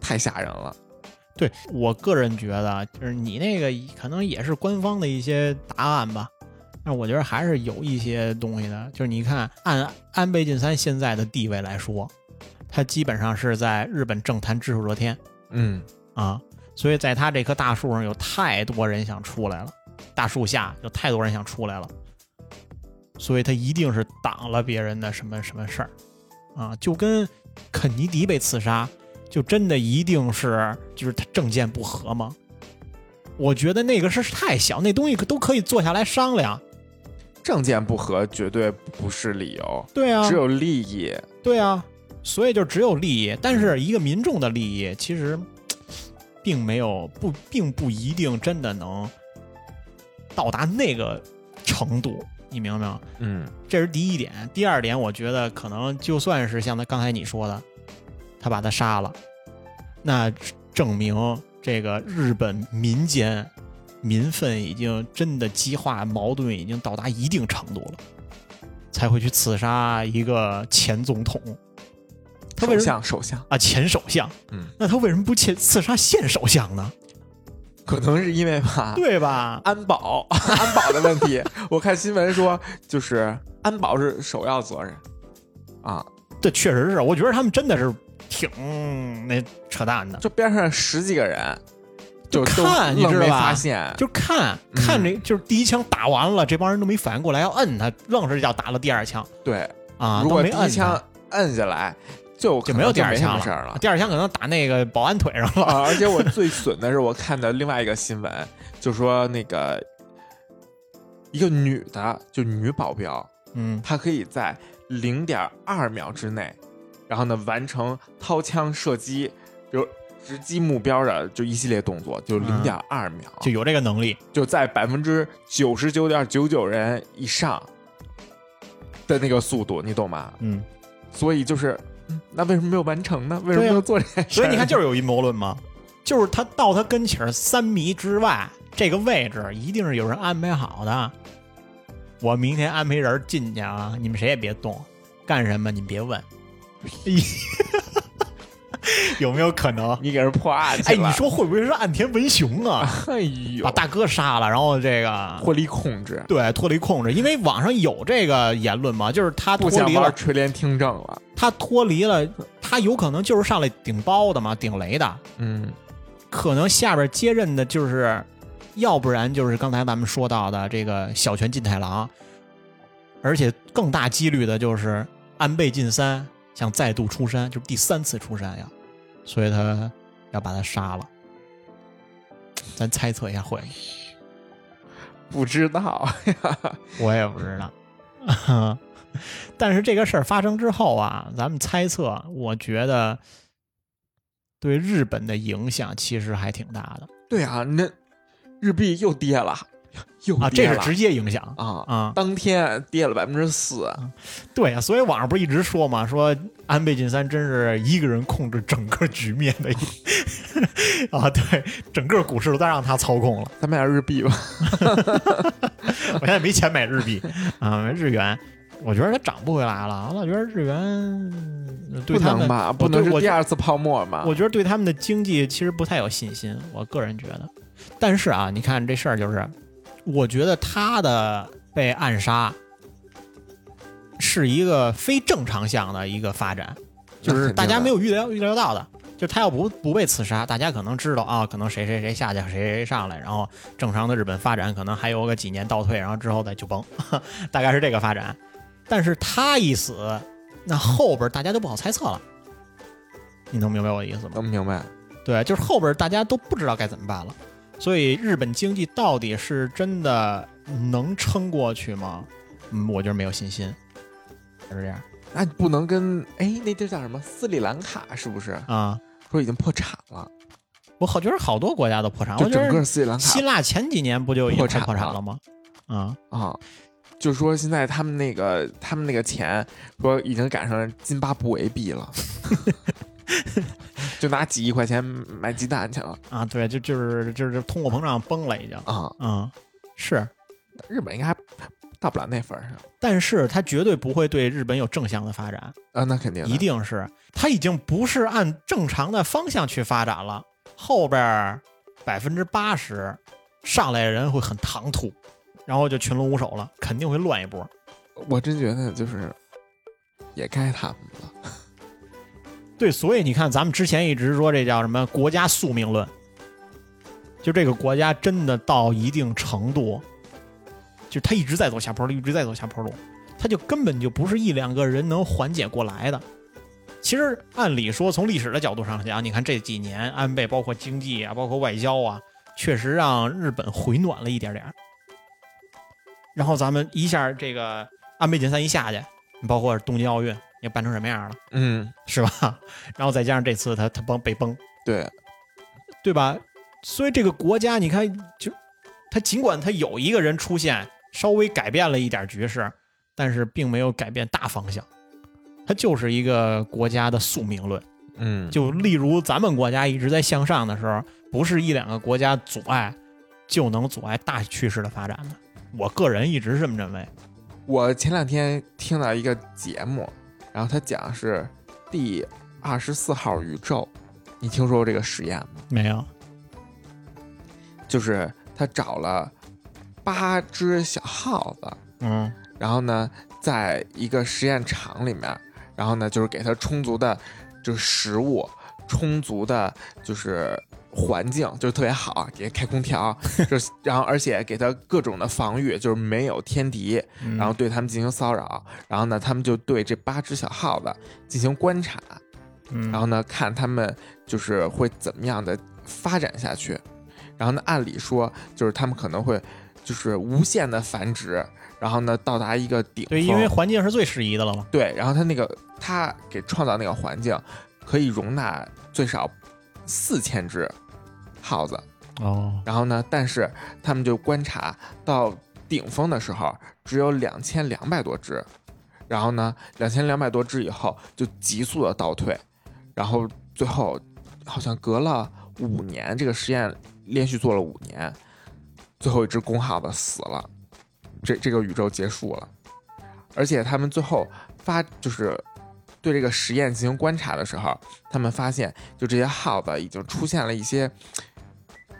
Speaker 1: 太吓人了。
Speaker 2: 对我个人觉得，啊就是你那个可能也是官方的一些答案吧，但是我觉得还是有一些东西的。就是你看，按安倍晋三现在的地位来说，他基本上是在日本政坛只手遮天
Speaker 1: 嗯，
Speaker 2: 啊，所以在他这棵大树上有太多人想出来了，大树下有太多人想出来了，所以他一定是挡了别人的什么什么事儿啊，就跟肯尼迪被刺杀，就真的一定是就是他政见不合吗？我觉得那个事儿太小，那东西都可以坐下来商量。
Speaker 1: 政见不合绝对不是理由，
Speaker 2: 对啊，
Speaker 1: 只有利益。
Speaker 2: 对啊，所以就只有利益，但是一个民众的利益其实并没有不，并不一定真的能到达那个程度，你明白吗？
Speaker 1: 嗯
Speaker 2: 这是第一点。第二点，我觉得可能就算是像他刚才你说的，他把他杀了，那证明这个日本民间民愤已经真的激化，矛盾已经到达一定程度了，才会去刺杀一个前总统。他为
Speaker 1: 首
Speaker 2: 什么
Speaker 1: 相首相，
Speaker 2: 啊前首相？
Speaker 1: 嗯，
Speaker 2: 那他为什么不切刺杀现首相呢？
Speaker 1: 可能是因为吧，
Speaker 2: 对吧？
Speaker 1: 安保 (laughs) 安保的问题，我看新闻说就是安保是首要责任啊，
Speaker 2: 这确实是，我觉得他们真的是挺那扯淡的。
Speaker 1: 就边上十几个人，就都
Speaker 2: 就看你
Speaker 1: 愣
Speaker 2: 知道
Speaker 1: 没
Speaker 2: 吧
Speaker 1: 发现，
Speaker 2: 就看
Speaker 1: 嗯
Speaker 2: 看这，就是第一枪打完了，这帮人都没反应过来要摁他，愣是要打了第二枪
Speaker 1: 对，
Speaker 2: 啊，
Speaker 1: 如果
Speaker 2: 都
Speaker 1: 第一
Speaker 2: 没摁
Speaker 1: 枪
Speaker 2: 他，
Speaker 1: 摁下来，就可
Speaker 2: 就
Speaker 1: 能
Speaker 2: 没有第二
Speaker 1: 没什
Speaker 2: 枪
Speaker 1: 么事儿了。
Speaker 2: 第二枪可能打那个保安腿上了。
Speaker 1: 啊！而且我最损的是，我看的另外一个新闻，就说那个一个女的，就女保镖，
Speaker 2: 嗯，
Speaker 1: 她可以在零点二秒之内，然后呢完成掏枪射击，比如直击目标的就一系列动作，就零
Speaker 2: 嗯
Speaker 1: 点二秒，
Speaker 2: 就有这个能力，
Speaker 1: 就在百分之九十九点九九人以上的那个速度，你懂吗？
Speaker 2: 嗯，
Speaker 1: 所以就是。嗯那为什么没有完成呢？为什么
Speaker 2: 对啊
Speaker 1: 没有做这件事儿呢？
Speaker 2: 所以你看，就是有阴谋论嘛，就是他到他跟前儿三米之外这个位置，一定是有人安排好的。我明天安排人进去啊，你们谁也别动，干什么你们别 (laughs) 问，有没有可能？
Speaker 1: 你给人破案去
Speaker 2: 哎，
Speaker 1: 了。
Speaker 2: 你说会不会是岸田文雄啊？
Speaker 1: 哎呦，
Speaker 2: 把大哥杀了，然后这个 (laughs)
Speaker 1: 脱离控制，
Speaker 2: 对脱离控制，因为网上有这个言论嘛，就是他
Speaker 1: 不
Speaker 2: 脱
Speaker 1: 想
Speaker 2: 离
Speaker 1: 玩
Speaker 2: 了，
Speaker 1: 垂帘听政了。
Speaker 2: 他脱离了，他有可能就是上来顶包的嘛，顶雷的，
Speaker 1: 嗯
Speaker 2: 可能下边接任的就是，要不然就是刚才咱们说到的这个小泉进太郎，而且更大几率的就是安倍晋三想再度出山，就是第三次出山呀，所以他要把他
Speaker 1: (laughs)
Speaker 2: 杀了。咱猜测一下会吗？
Speaker 1: 不知道，
Speaker 2: 我也不知道。但是这个事儿发生之后啊，咱们猜测，我觉得对日本的影响其实还挺大的
Speaker 1: 对啊，那日币又跌了，又
Speaker 2: 啊，这
Speaker 1: 跌
Speaker 2: 是
Speaker 1: 了
Speaker 2: 直接影响
Speaker 1: 啊，
Speaker 2: 啊。
Speaker 1: 当天跌了百分之四，
Speaker 2: 对啊，所以网上不是一直说嘛，说安倍晋三真是一个人控制整个局面的一 (laughs) 啊，对，整个股市都在让他操控了。
Speaker 1: 咱买点日币吧。
Speaker 2: 我现在没钱买日币 (laughs) 啊，日元，我觉得它涨不回来了。我老觉得日元对
Speaker 1: 不
Speaker 2: 他们
Speaker 1: 能吧？不
Speaker 2: 我对
Speaker 1: 能是
Speaker 2: 我
Speaker 1: 第二次泡沫嘛？
Speaker 2: 我觉得对他们的经济其实不太有信心，我个人觉得。但是啊，你看这事儿就是，我觉得他的被暗杀是一个非正常向的一个发展，就是大家没
Speaker 1: 有
Speaker 2: 有预料预料到的。就他要不不被刺杀，大家可能知道啊，可能谁谁谁下去，谁谁谁上来，然后正常的日本发展可能还有个几年倒退，然后之后再就崩， (laughs) 大概是这个发展。但是他一死，那后边大家就不好猜测了。你能明白我的意思吗？
Speaker 1: 能明白。
Speaker 2: 对，就是后边大家都不知道该怎么办了。所以日本经济到底是真的能撑过去吗？嗯，我就是没有信心，是这样
Speaker 1: 那你不能跟哎那地儿叫什么斯里兰卡是不是？
Speaker 2: 啊、
Speaker 1: 说已经破产了，
Speaker 2: 我好觉得好多国家都破产，我
Speaker 1: 就
Speaker 2: 觉
Speaker 1: 整
Speaker 2: 得
Speaker 1: 个斯里兰卡
Speaker 2: 希腊前几年不就也
Speaker 1: 破
Speaker 2: 破
Speaker 1: 产
Speaker 2: 产
Speaker 1: 了
Speaker 2: 了吗？啊、
Speaker 1: 啊。就说现在他们那个他们那个钱，说已经赶上津巴布韦币了， (laughs) 就拿几亿块钱买鸡蛋去了
Speaker 2: 啊，对，就就是就是通货膨胀崩了已经，
Speaker 1: 啊！
Speaker 2: 嗯，是，
Speaker 1: 日本应该还到不了那份儿上
Speaker 2: 但是它绝对不会对日本有正向的发展，
Speaker 1: 啊，那肯定的
Speaker 2: 一定是它已经不是按正常的方向去发展了，后边百分之八十上来的人会很唐突，然后就群龙无首了，肯定会乱一波。
Speaker 1: 我真觉得就是也该他们了。
Speaker 2: 对，所以你看，咱们之前一直说这叫什么国家宿命论，就这个国家真的到一定程度，就他一直在走下坡路，一直在走下坡路，他就根本就不是一两个人能缓解过来的。其实按理说，从历史的角度上讲，你看这几年安倍包括经济啊，包括外交啊，确实让日本回暖了一点点儿。然后咱们一下这个安倍晋三一下去，包括东京奥运也办成什么样了。
Speaker 1: 嗯，
Speaker 2: 是吧？然后再加上这次他他崩被崩，
Speaker 1: 对，
Speaker 2: 对吧？所以这个国家，你看，就他尽管他有一个人出现，稍微改变了一点局势，但是并没有改变大方向。它就是一个国家的宿命论。
Speaker 1: 嗯，
Speaker 2: 就例如咱们国家一直在向上的时候，不是一两个国家阻碍就能阻碍大趋势的发展的。我个人一直是这么认为。
Speaker 1: 我前两天听到一个节目，然后他讲是第二十四号宇宙，你听说过这个实验吗？
Speaker 2: 没有，
Speaker 1: 就是他找了八只小耗子，
Speaker 2: 嗯
Speaker 1: 然后呢，在一个实验场里面，然后呢，就是给它充足的就是食物，充足的就是环境，就是特别好，给它开空调， (laughs) 就是然后而且给它各种的防御，就是没有天敌，
Speaker 2: 嗯
Speaker 1: 然后对它们进行骚扰，然后呢，他们就对这八只小耗子进行观察，
Speaker 2: 嗯
Speaker 1: 然后呢，看他们就是会怎么样的发展下去。然后呢，按理说就是他们可能会就是无限的繁殖，然后呢到达一个顶峰。
Speaker 2: 对，因为环境是最适宜的了嘛。
Speaker 1: 对然后他那个他给创造那个环境，可以容纳最少四千只耗子。
Speaker 2: 哦，
Speaker 1: 然后呢，但是他们就观察到顶峰的时候，只有两千两百多只，然后呢，两千两百多只以后就急速的倒退，然后最后好像隔了五年，这个实验连续做了五年，最后一只公耗子死了，这这个宇宙结束了，而且他们最后发就是。对这个实验进行观察的时候，他们发现，就这些耗子已经出现了一些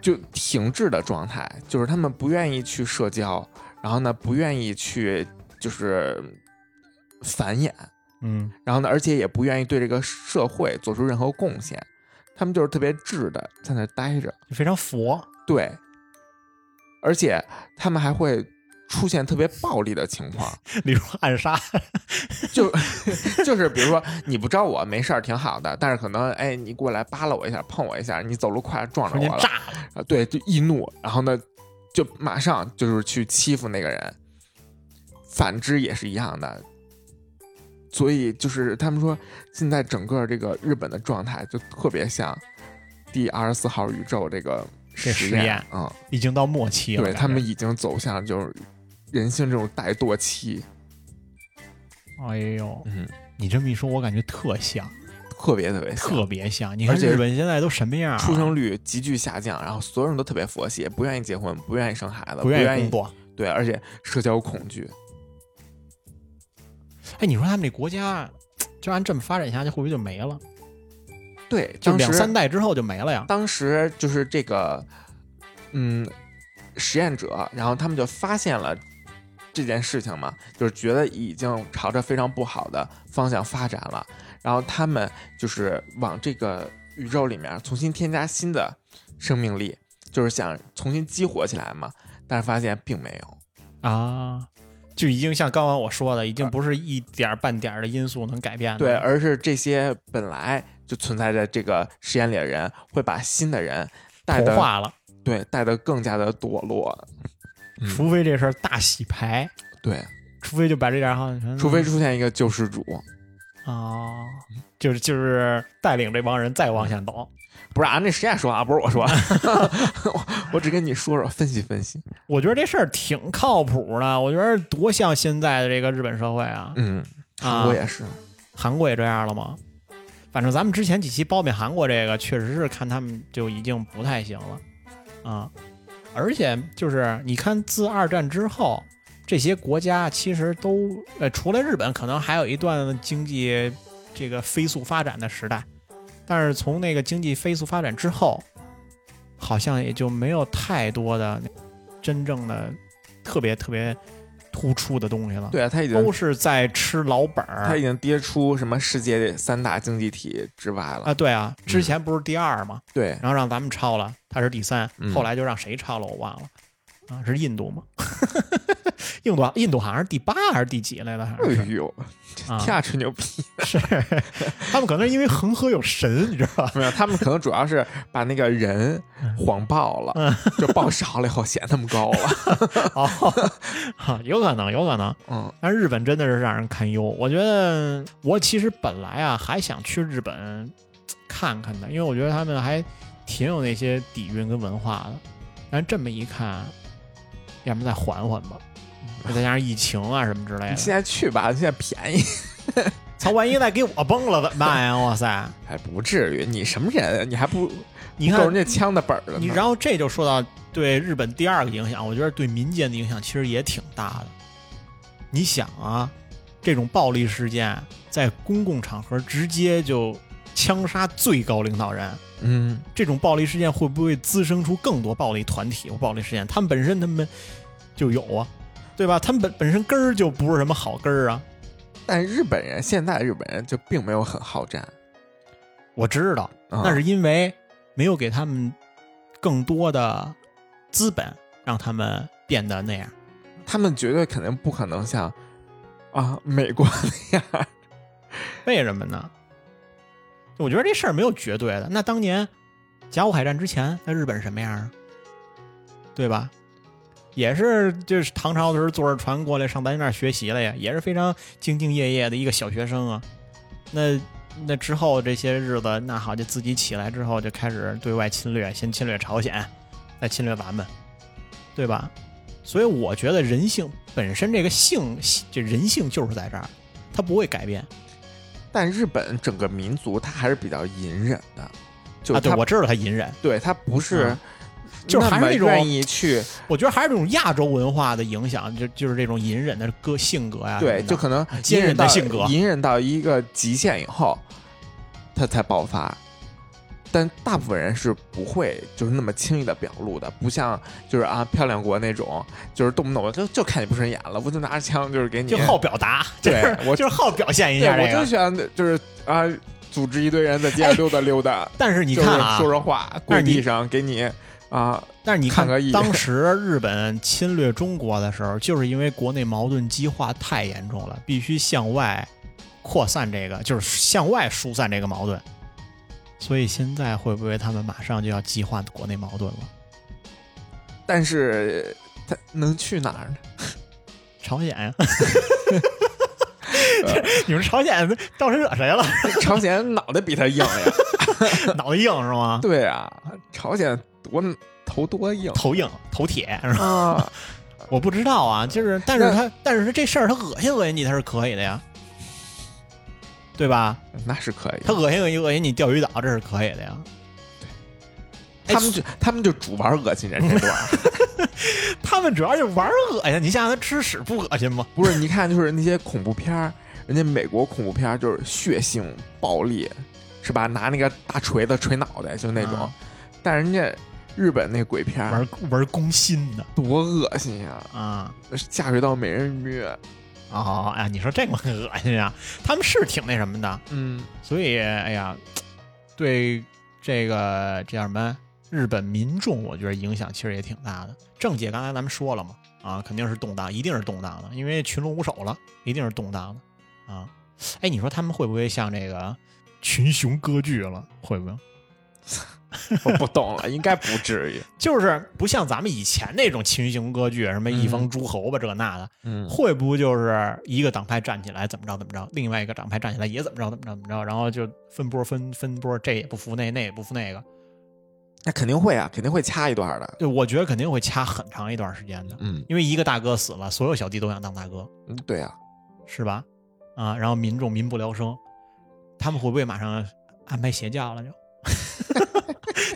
Speaker 1: 就停滞的状态，就是他们不愿意去社交，然后呢不愿意去就是繁衍，
Speaker 2: 嗯
Speaker 1: 然后呢而且也不愿意对这个社会做出任何贡献，他们就是特别滞的在那儿待着，
Speaker 2: 就非常佛。
Speaker 1: 对，而且他们还会出现特别暴力的情况，
Speaker 2: 例如暗杀，
Speaker 1: 就就是比如说你不招我没事儿挺好的，但是可能哎你过来扒拉我一下碰我一下，你走路快撞着
Speaker 2: 瞬
Speaker 1: 我
Speaker 2: 间
Speaker 1: 了，
Speaker 2: 炸了。
Speaker 1: 啊，对，就易怒，然后呢，就马上就是去欺负那个人。反之也是一样的，所以就是他们说，现在整个这个日本的状态就特别像第二十四号宇宙这个
Speaker 2: 这
Speaker 1: 实
Speaker 2: 实验
Speaker 1: 啊、
Speaker 2: 已经到末期
Speaker 1: 嗯，
Speaker 2: 了。
Speaker 1: 对
Speaker 2: 感觉
Speaker 1: 他们，已经走向就是人性这种怠惰期，
Speaker 2: 哎呦，
Speaker 1: 嗯，
Speaker 2: 你这么一说，我感觉特像，
Speaker 1: 特别特别像
Speaker 2: 特别像。你看
Speaker 1: 而且
Speaker 2: 日本现在都什么样啊？
Speaker 1: 出生率急剧下降，然后所有人都特别佛系，不愿意结婚，不愿意生孩子，
Speaker 2: 不
Speaker 1: 不
Speaker 2: 愿意
Speaker 1: 愿
Speaker 2: 工
Speaker 1: 意
Speaker 2: 作。
Speaker 1: 对，而且社交恐惧，
Speaker 2: 哎，你说他们这国家就按这么发展下去，会不会就没了？
Speaker 1: 对，
Speaker 2: 就
Speaker 1: 当时
Speaker 2: 两三代之后就没了呀？
Speaker 1: 当时就是这个，嗯，实验者，然后他们就发现了这件事情嘛，就是觉得已经朝着非常不好的方向发展了，然后他们就是往这个宇宙里面重新添加新的生命力，就是想重新激活起来嘛，但是发现并没有。
Speaker 2: 啊，就已经像刚刚我说的，已经不是一点儿半点儿的因素能改变
Speaker 1: 呃
Speaker 2: 的。
Speaker 1: 对，而是这些本来就存在在这个实验里的人，会把新的人带
Speaker 2: 同
Speaker 1: 的
Speaker 2: 化了，
Speaker 1: 对带的更加的堕落。嗯
Speaker 2: 除非这事儿大洗牌，
Speaker 1: 对，
Speaker 2: 除非就把这点儿好像，
Speaker 1: 除非出现一个救世主，
Speaker 2: 啊、就是就是带领这帮人再往前走。
Speaker 1: 不是俺那实验说啊，不是我说，
Speaker 2: (laughs)
Speaker 1: 我我只跟你说说，分析分析。
Speaker 2: 我觉得这事儿挺靠谱的，我觉得多像现在的这个日本社会啊！
Speaker 1: 嗯，
Speaker 2: 啊
Speaker 1: 我也是，
Speaker 2: 韩国也这样了吗？反正咱们之前几期褒贬韩国这个，确实是看他们就已经不太行了啊。而且就是你看，自二战之后，这些国家其实都呃，除了日本，可能还有一段呃经济这个飞速发展的时代。但是从那个经济飞速发展之后，好像也就没有太多的真正的特别特别突出的东西了，
Speaker 1: 对啊，他已经
Speaker 2: 都是在吃老本儿。
Speaker 1: 他已经跌出什么世界三大经济体之外了。
Speaker 2: 啊，对啊，之
Speaker 1: 嗯
Speaker 2: 前不是第二嘛，
Speaker 1: 对，
Speaker 2: 然后让咱们超了，他是第三，
Speaker 1: 嗯
Speaker 2: 后来就让谁超了我忘了，啊，是印度吗？ (laughs) 印度啊印度好像是第八还是第几来的？好像
Speaker 1: 哎
Speaker 2: 是
Speaker 1: 呦，
Speaker 2: 啊
Speaker 1: 天，下吹牛逼！
Speaker 2: 是他们可能是因为恒河有神，你知
Speaker 1: (laughs)
Speaker 2: 道吧？
Speaker 1: 没有，他们可能主要是把那个人
Speaker 2: 嗯
Speaker 1: 谎报了，就报少了以后显那么高
Speaker 2: (laughs)
Speaker 1: 了。
Speaker 2: 哦，啊有可能，有可能。
Speaker 1: 嗯
Speaker 2: 但日本真的是让人堪忧。我觉得我其实本来啊还想去日本嘖看看的，因为我觉得他们还挺有那些底蕴跟文化的。但是这么一看，要不然再缓缓吧，再加上疫情啊什么之类
Speaker 1: 你
Speaker 2: 的。
Speaker 1: 现在去吧，现在便宜， (laughs)
Speaker 2: 操，万一再给我崩了怎么办呀？哇塞！
Speaker 1: 还不至于。你什么人？你还不
Speaker 2: 你
Speaker 1: 够
Speaker 2: 看
Speaker 1: 人，家枪的本儿了呢？
Speaker 2: 你然后这就说到对日本第二个影响，我觉得对民间的影响其实也挺大的。你想啊，这种暴力事件在公共场合直接就枪杀最高领导人，
Speaker 1: 嗯，
Speaker 2: 这种暴力事件会不会滋生出更多暴力团体或暴力事件？他们本身他们就有啊，对吧？他们本本身根儿就不是什么好根儿啊。
Speaker 1: 但日本人现在日本人就并没有很好战，
Speaker 2: 我知道，
Speaker 1: 啊
Speaker 2: 那是因为没有给他们更多的资本，让他们变得那样。
Speaker 1: 他们绝对肯定不可能像啊美国那样。 (laughs)
Speaker 2: 为什么呢？我觉得这事儿没有绝对的。那当年甲午海战之前，那日本是什么样啊？对吧？也是，就是唐朝的时候坐着船过来上咱这儿学习了呀，也是非常兢兢业业的一个小学生啊。那那之后这些日子，那好，就自己起来之后就开始对外侵略，先侵略朝鲜，再侵略咱们，对吧？所以我觉得人性本身这个性，这人性就是在这儿，它不会改变。
Speaker 1: 但日本整个民族他还是比较隐忍的，就
Speaker 2: 啊，
Speaker 1: 他
Speaker 2: 对，我知道他隐忍，
Speaker 1: 对他不是、
Speaker 2: 嗯就是还是
Speaker 1: 么
Speaker 2: 那种
Speaker 1: 愿意去
Speaker 2: 我觉得还是这种亚洲文化的影响，就就是这种隐忍的个性格呀、
Speaker 1: 对，
Speaker 2: 什么的
Speaker 1: 就可能
Speaker 2: 坚
Speaker 1: 隐
Speaker 2: 韧
Speaker 1: 忍
Speaker 2: 的
Speaker 1: 到
Speaker 2: 性格
Speaker 1: 隐忍到一个极限以后，他才爆发。但大部分人是不会就是那么轻易的表露的，不像就是啊漂亮国那种，就是动不动我就就看你不顺眼了，我就拿着枪就是给你。
Speaker 2: 就好表达，
Speaker 1: 对
Speaker 2: 就是
Speaker 1: 我
Speaker 2: 就是好表现一
Speaker 1: 对
Speaker 2: 下，
Speaker 1: 我
Speaker 2: 这
Speaker 1: 就
Speaker 2: 个。
Speaker 1: 喜欢就是啊，组织一堆人在街上溜达溜达，
Speaker 2: 但是你
Speaker 1: 就是
Speaker 2: 看啊
Speaker 1: 说，说话，
Speaker 2: 但
Speaker 1: 跪
Speaker 2: 是你
Speaker 1: 地上给你啊，
Speaker 2: 但是你看
Speaker 1: 看个意，
Speaker 2: 当时日本侵略中国的时候，就是因为国内矛盾激化太严重了，必须向外扩散这个，就是向外疏散这个矛盾。所以现在会不会他们马上就要激化国内矛盾了？
Speaker 1: 但是他能去哪
Speaker 2: (laughs)
Speaker 1: 儿呢？
Speaker 2: 朝鲜 (laughs) 呀、
Speaker 1: 呃
Speaker 2: 你们朝鲜到时惹谁了？
Speaker 1: 朝鲜脑袋比他硬
Speaker 2: (laughs)
Speaker 1: 呀，
Speaker 2: 脑袋硬是吗？
Speaker 1: 对啊，朝鲜多头多硬
Speaker 2: 头硬头铁是吧？
Speaker 1: 啊。
Speaker 2: 我不知道啊，就是，但是
Speaker 1: 那
Speaker 2: 他，但是这事儿他恶心恶心你，他是可以的呀，对吧？
Speaker 1: 那是可以
Speaker 2: 他。恶心恶心恶心你钓鱼岛，这是可以的呀。哎
Speaker 1: 他们就他们就主玩恶心人这段
Speaker 2: (laughs)
Speaker 1: 儿，
Speaker 2: 他们主要就玩儿恶心，你想想他吃屎不恶心吗？
Speaker 1: 不是？你看，就是那些恐怖片儿，人家美国恐怖片儿就是血腥暴力，是吧？拿那个大锤子锤脑袋，就那种。
Speaker 2: 啊
Speaker 1: 但人家日本那鬼片儿
Speaker 2: 玩玩攻心的
Speaker 1: 多恶心呀、
Speaker 2: 啊
Speaker 1: 下水道美人鱼，
Speaker 2: 哦哎，你说这么恶心啊？他们是挺那什么的，
Speaker 1: 嗯，
Speaker 2: 所以哎呀，对这个这叫什么日本民众，我觉得影响其实也挺大的。政界刚才咱们说了嘛，啊，肯定是动荡，一定是动荡的，因为群龙无首了，一定是动荡的啊。哎，你说他们会不会像这个群雄割据了？会不会？
Speaker 1: 我不懂了，应该不至于。
Speaker 2: 就是不像咱们以前那种群雄割据，什么一方
Speaker 1: 嗯
Speaker 2: 诸侯吧，这那的，
Speaker 1: 嗯，
Speaker 2: 会不会就是一个党派站起来怎么着怎么着，另外一个党派站起来也怎么着怎么着怎么着，然后就分波分分波，这也不服那，那也不服那个。
Speaker 1: (laughs) 那肯定会啊，肯定会掐一段的。
Speaker 2: 呃对，我觉得肯定会掐很长一段时间的，
Speaker 1: 嗯，
Speaker 2: 因为一个大哥死了，所有小弟都想当大哥，
Speaker 1: 嗯对啊，
Speaker 2: 是吧？啊，然后民众民不聊生，他们会不会马上安排邪教了就？ (laughs)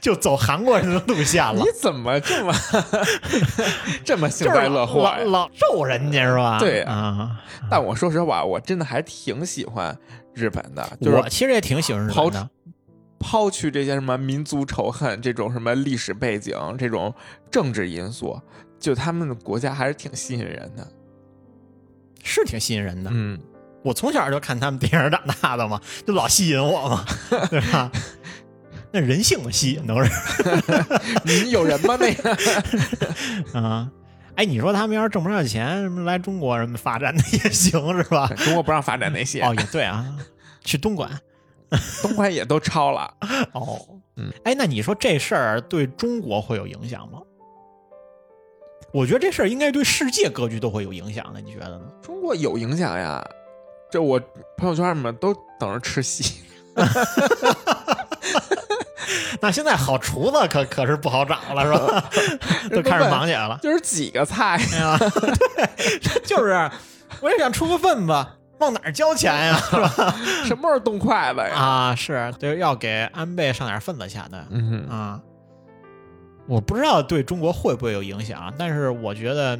Speaker 2: 就走韩国人的路线了
Speaker 1: 你，怎么这 (laughs) 么这么幸
Speaker 2: 就是
Speaker 1: 灾乐祸
Speaker 2: 老
Speaker 1: 呀？
Speaker 2: 老咒人家是吧？
Speaker 1: 对
Speaker 2: 啊，
Speaker 1: 但我说实话，我真的还挺喜欢日本的，就
Speaker 2: 我
Speaker 1: 是
Speaker 2: 其实也挺喜欢日本
Speaker 1: 抛
Speaker 2: 的，
Speaker 1: 抛去这些什么民族仇恨、这种什么历史背景、这种政治因素，就他们的国家还是挺吸引人的。
Speaker 2: 是挺吸引人的。
Speaker 1: 嗯，
Speaker 2: 我从小就看他们电影长大的嘛，就老吸引我嘛， (laughs) 对吧？那人性的吸引都是
Speaker 1: 嗯你有人吗？那个
Speaker 2: 啊。哎，你说他们要是挣不上钱，什么来中国什么发展的 (laughs) 也行是吧？
Speaker 1: 中国不让发展那些，
Speaker 2: 哦，也对啊，去东莞
Speaker 1: 东莞也都超了。
Speaker 2: 哦，
Speaker 1: 嗯，
Speaker 2: 哎，那你说这事儿对中国会有影响吗？我觉得这事儿应该对世界格局都会有影响的，你觉得呢？
Speaker 1: 中国有影响呀，这我朋友圈里面都等着吃席。
Speaker 2: 那现在好厨子可可是不好找了，是吧？ (laughs) 都开始忙起来了。
Speaker 1: 就是几个
Speaker 2: (laughs)
Speaker 1: 菜
Speaker 2: 哎呀，对，就是我也想出个份子，往哪儿交钱呀？是吧？
Speaker 1: 什么时候动筷子呀？
Speaker 2: 啊，是，对，要给安倍上点份子钱的
Speaker 1: 嗯哼，
Speaker 2: 啊。我不知道对中国会不会有影响，啊但是我觉得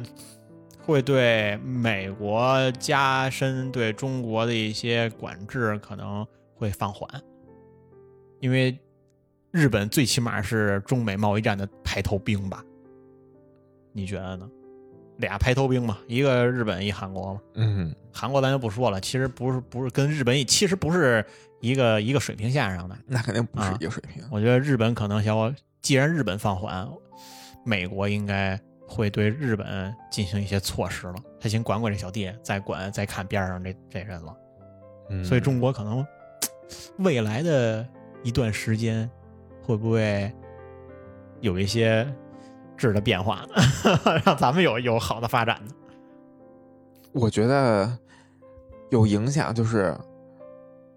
Speaker 2: 会对美国加深对中国的一些管制可能会放缓，因为日本最起码是中美贸易战的排头兵吧？你觉得呢？俩排头兵嘛，一个日本，一韩国嘛。
Speaker 1: 嗯哼，
Speaker 2: 韩国咱就不说了，其实不是不是跟日本也，其实不是一个一个水平线上的。
Speaker 1: 那肯定不是
Speaker 2: 啊
Speaker 1: 一个水平。
Speaker 2: 我觉得日本可能想，既然日本放缓，美国应该会对日本进行一些措施了。他先管管这小弟，再管再看边上这这人了。
Speaker 1: 嗯
Speaker 2: 所以中国可能未来的一段时间会不会有一些质的变化呢？ (laughs) 让咱们有有好的发展呢？
Speaker 1: 我觉得有影响，就是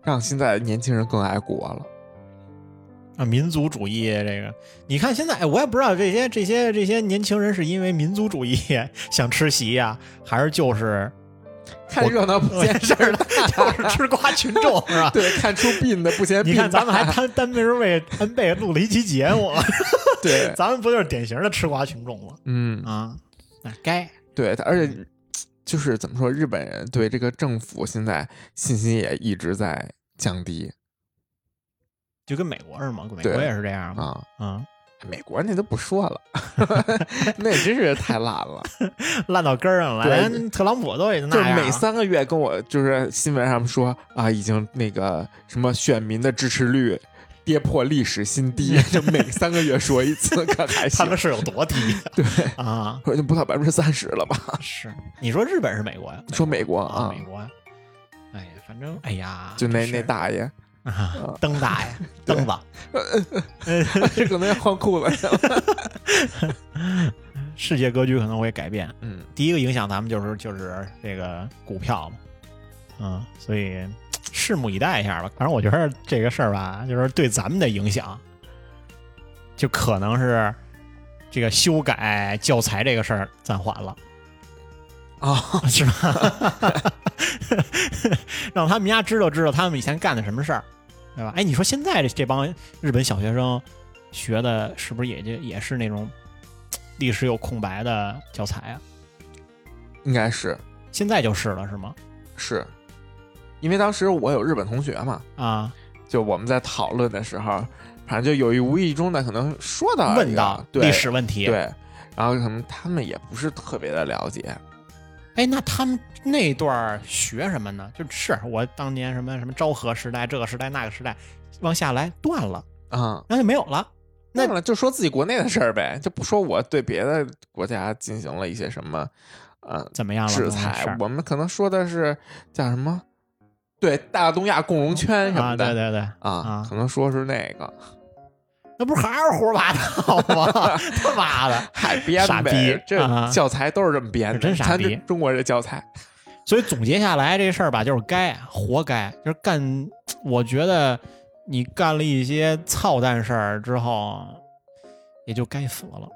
Speaker 1: 让现在年轻人更爱国了。
Speaker 2: 啊，民族主义这个，你看现在，哎我也不知道这些这些这些年轻人是因为民族主义 (laughs) 想吃席呀、还是就是
Speaker 1: 看热闹不嫌事儿
Speaker 2: (laughs)
Speaker 1: 大，？
Speaker 2: 就是吃瓜群众 (laughs) 是吧
Speaker 1: 对，看出病的不嫌病
Speaker 2: 你看，咱们还
Speaker 1: 大
Speaker 2: 单单门为安倍录了一期节 (laughs) 目，
Speaker 1: (laughs) 对，
Speaker 2: 咱们不就是典型的吃瓜群众吗？
Speaker 1: 嗯，
Speaker 2: 啊，嗯那该
Speaker 1: 对，而且就是怎么说，日本人对这个政府现在信心也一直在降低
Speaker 2: 就跟美国似的嘛，美国
Speaker 1: 对
Speaker 2: 也是这样嘛。
Speaker 1: 啊。
Speaker 2: 啊，
Speaker 1: 美国那都不说了， (laughs) 那真是太烂
Speaker 2: (laughs)
Speaker 1: 了。
Speaker 2: 烂到根儿上了，
Speaker 1: 对
Speaker 2: 连特朗普都也
Speaker 1: 就
Speaker 2: 那
Speaker 1: 是
Speaker 2: 样。啊
Speaker 1: 每三个月跟我就是新闻上说啊，已经那个什么选民的支持率跌破历史新
Speaker 2: (laughs)
Speaker 1: 低，就每三个月说一次，可还
Speaker 2: 他
Speaker 1: 行
Speaker 2: 们。是有多低
Speaker 1: 对，
Speaker 2: 啊？
Speaker 1: 说就不到百分之三十了吧？
Speaker 2: 是，你说日本是美国呀？
Speaker 1: 说美国
Speaker 2: 啊，
Speaker 1: 啊
Speaker 2: 美，国呀。哎呀，反正哎呀，
Speaker 1: 就那
Speaker 2: 这事
Speaker 1: 那
Speaker 2: 儿
Speaker 1: 大爷，
Speaker 2: 啊，灯大呀，灯吧，
Speaker 1: 这可能要换裤子去
Speaker 2: (laughs)
Speaker 1: 了。
Speaker 2: 世界格局可能会改变。
Speaker 1: 嗯，
Speaker 2: 第一个影响咱们就是就是这个股票嘛，嗯，所以拭目以待一下吧。反正我觉得这个事儿吧，就是对咱们的影响，就可能是这个修改教材这个事儿暂缓了。
Speaker 1: 哦，
Speaker 2: 是吧？ (laughs) 让他们家知道知道他们以前干的什么事儿，对吧？哎，你说现在这这帮日本小学生学的是不是也就也是那种嘖历史有空白的教材啊？
Speaker 1: 应该是
Speaker 2: 现在就是了，是吗？
Speaker 1: 是，因为当时我有日本同学嘛，
Speaker 2: 啊，
Speaker 1: 就我们在讨论的时候，反正就有意无意中的可能说到一
Speaker 2: 问
Speaker 1: 个
Speaker 2: 到
Speaker 1: 啊对
Speaker 2: 历史问题，
Speaker 1: 对，然后可能他们也不是特别的了解，
Speaker 2: 哎，那他们那段儿学什么呢？就是我当年什么什么昭和时代、这个时代、那个时代，往下来断了，
Speaker 1: 嗯，
Speaker 2: 然后就没有了。啊那
Speaker 1: 那了就说自己国内的事儿呗，就不说我对别的国家进行了一些什么，呃，
Speaker 2: 怎么样了？
Speaker 1: 制
Speaker 2: 这
Speaker 1: 裁
Speaker 2: 种。事
Speaker 1: 我们可能说的是叫什么？对，大东亚共荣圈
Speaker 2: 儿
Speaker 1: 什
Speaker 2: 啊，
Speaker 1: 么
Speaker 2: 对
Speaker 1: 的
Speaker 2: 对对，
Speaker 1: 啊
Speaker 2: 啊，
Speaker 1: 可能说是那个，
Speaker 2: 那不是还是胡说八道吗？ (laughs) 他妈的！
Speaker 1: 嗨，编
Speaker 2: 傻逼
Speaker 1: 呗，这
Speaker 2: 啊
Speaker 1: 教材都是这么编的，
Speaker 2: 是真傻
Speaker 1: 咱这
Speaker 2: 逼
Speaker 1: 中国这教材，
Speaker 2: 所以总结下来，这事儿吧，就是该活该，就是干。我觉得你干了一些操蛋事儿之后，也就该死了。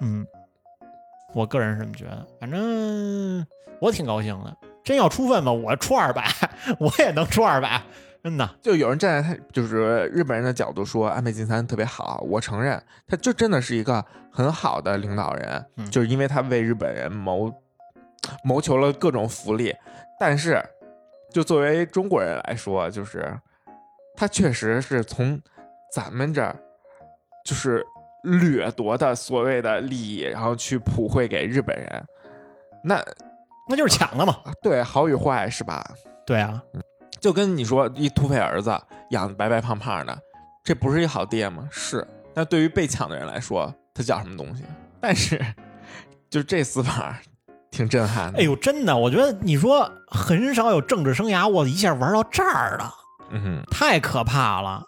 Speaker 2: 嗯，我个人是这么觉得。反正我挺高兴的。真要出分吧， (laughs) 我出二百，我也能出二百，真的。
Speaker 1: 就有人站在他就是日本人的角度说啊安倍晋三特别好，我承认，他就真的是一个很好的领导人，
Speaker 2: 嗯
Speaker 1: 就是因为他为日本人谋谋求了各种福利。但是，就作为中国人来说，就是他确实是从咱们这儿就是掠夺的所谓的利益，然后去普惠给日本人。那
Speaker 2: 那就是抢的嘛。
Speaker 1: 对好与坏是吧？
Speaker 2: 对啊，
Speaker 1: 就跟你说一土匪儿子养得白白胖胖的，这不是一好爹吗？是。那对于被抢的人来说，他叫什么东西？但是， (laughs) 就这死法挺震撼的。
Speaker 2: 哎，呦，真的，我觉得你说很少有政治生涯，我一下玩到这儿的，
Speaker 1: 嗯哼，
Speaker 2: 太可怕了。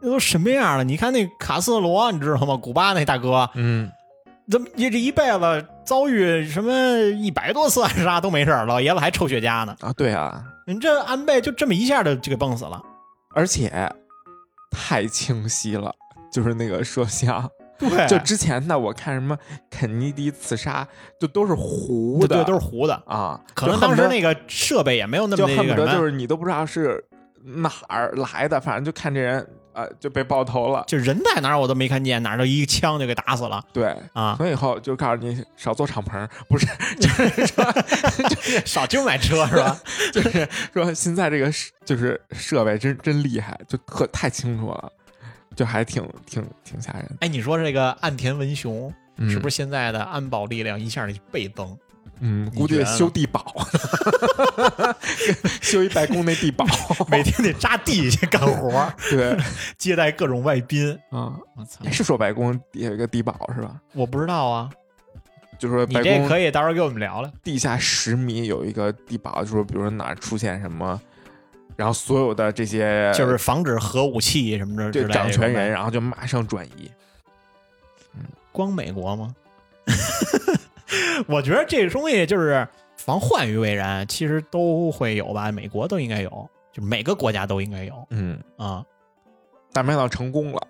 Speaker 2: 那都什么样了？你看那卡斯特罗，你知道吗？古巴那大哥，
Speaker 1: 嗯，
Speaker 2: 怎么也这一辈子遭遇什么一百多次暗杀都没事儿，老爷子还抽雪茄呢。
Speaker 1: 啊，对啊，
Speaker 2: 你这安倍就这么一下就就给崩死了。
Speaker 1: 而且太清晰了，就是那个摄像。
Speaker 2: 对
Speaker 1: 就之前呢，我看什么肯尼迪刺杀，就都是糊
Speaker 2: 对
Speaker 1: 的，
Speaker 2: 对都是糊的，
Speaker 1: 啊，
Speaker 2: 可能当时那个设备也没有那
Speaker 1: 就
Speaker 2: 么
Speaker 1: 恨
Speaker 2: 那
Speaker 1: 不得
Speaker 2: 个
Speaker 1: 就
Speaker 2: 什么，
Speaker 1: 恨不得就是你都不知道是哪儿来的，反正就看这人呃就被爆头了。
Speaker 2: 就人在哪儿我都没看见，哪儿就一枪就给打死了
Speaker 1: 对， (laughs)
Speaker 2: 啊！
Speaker 1: 从以后就告诉你少坐敞篷， (laughs) 不是，就是说，
Speaker 2: 少就买车是
Speaker 1: (laughs)
Speaker 2: 吧？
Speaker 1: 就是说，现在这个是就是设备真真厉害，就特太清楚了，就还挺挺挺吓人。
Speaker 2: 哎，你说这个岸田文雄
Speaker 1: 嗯、
Speaker 2: 是不
Speaker 1: 是？
Speaker 2: 是现在的安保力量一下就倍增？
Speaker 1: 嗯，
Speaker 2: 你
Speaker 1: 估计
Speaker 2: 觉
Speaker 1: 得
Speaker 2: 得呢
Speaker 1: 修地堡， (laughs) 修一白宫那地堡。 (laughs)
Speaker 2: 每天得扎地去干活儿，
Speaker 1: 对
Speaker 2: 接待各种外宾。
Speaker 1: 啊，
Speaker 2: 我操，
Speaker 1: 是说白宫有一个地堡是吧？
Speaker 2: 我不知道啊，
Speaker 1: 就说
Speaker 2: 你
Speaker 1: 白
Speaker 2: 这
Speaker 1: 宫
Speaker 2: 可以到时候给我们聊聊。
Speaker 1: 地下十米有一个地堡，就是比如说哪儿出现什么，然后所有的这些
Speaker 2: 就是防止核武器什么的之
Speaker 1: 呃对
Speaker 2: 类的。
Speaker 1: 掌权人，，然后就马上转移。
Speaker 2: 光美国吗？ (laughs) 我觉得这东西就是防患于未然，其实都会有吧，美国都应该有，就每个国家都应该有
Speaker 1: 嗯， (laughs)
Speaker 2: 啊
Speaker 1: 但没想到成功了。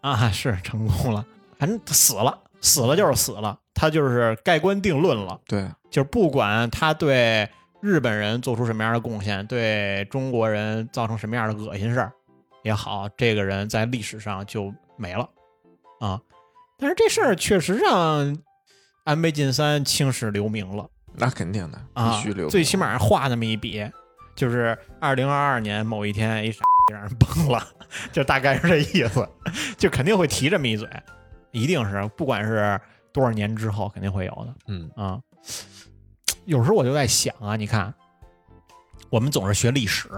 Speaker 2: 啊，是成功了，反正死了，死了就是死了，他就是盖棺定论了，
Speaker 1: 对，
Speaker 2: 就是不管他对日本人做出什么样的贡献，对中国人造成什么样的恶心事儿也好，这个人在历史上就没了啊。但是这事儿确实让安倍晋三青史留名了
Speaker 1: 那肯定的，
Speaker 2: 啊
Speaker 1: 必须留、，
Speaker 2: 最起，码画那么一笔，就是二零二二年某一天一傻逼让人崩了， (laughs) 就大概是这意思，就肯定会提这么一嘴，一定是不管是多少年之后肯定会有的。
Speaker 1: 嗯
Speaker 2: 啊。有时候我就在想啊，你看，我们总是学历史，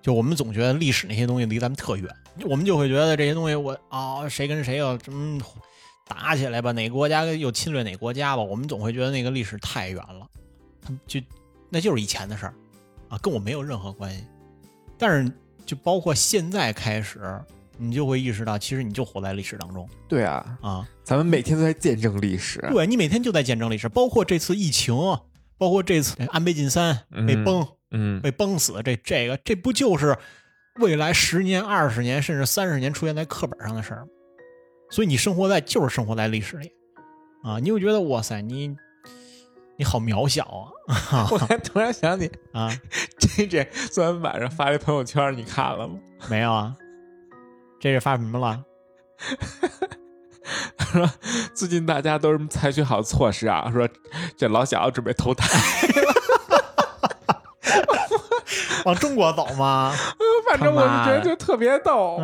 Speaker 2: 就我们总觉得历史那些东西离咱们特远，我们就会觉得这些东西我啊、谁跟谁要什么打起来吧，哪个国家又侵略哪个国家吧，我们总会觉得那个历史太远了，他们就那就是以前的事儿啊，跟我没有任何关系。但是就包括现在开始，你就会意识到，其实你就活在历史当中
Speaker 1: 对啊，
Speaker 2: 啊。
Speaker 1: 咱们每天都在见证历史。
Speaker 2: 对你每天就在见证历史，包括这次疫情，包括这次安倍晋三被崩、
Speaker 1: 嗯，
Speaker 2: 被崩死，这这个这不就是未来十年、二十年甚至三十年出现在课本上的事儿吗？所以你生活在就是生活在历史里啊，你会觉得哇塞，你你好渺小啊
Speaker 1: 我还突然想起
Speaker 2: 啊！
Speaker 1: 这这昨天晚上发了一朋友圈，你看了吗？ (laughs)
Speaker 2: 没有啊，这是发什么了？
Speaker 1: 说最近大家都是采取好措施啊，说这老小准备投
Speaker 2: (laughs)
Speaker 1: 胎，
Speaker 2: 往中国走吗？
Speaker 1: 反正我
Speaker 2: 他
Speaker 1: 就
Speaker 2: 妈
Speaker 1: 觉
Speaker 2: 的
Speaker 1: 得就特别
Speaker 2: (laughs)
Speaker 1: 逗。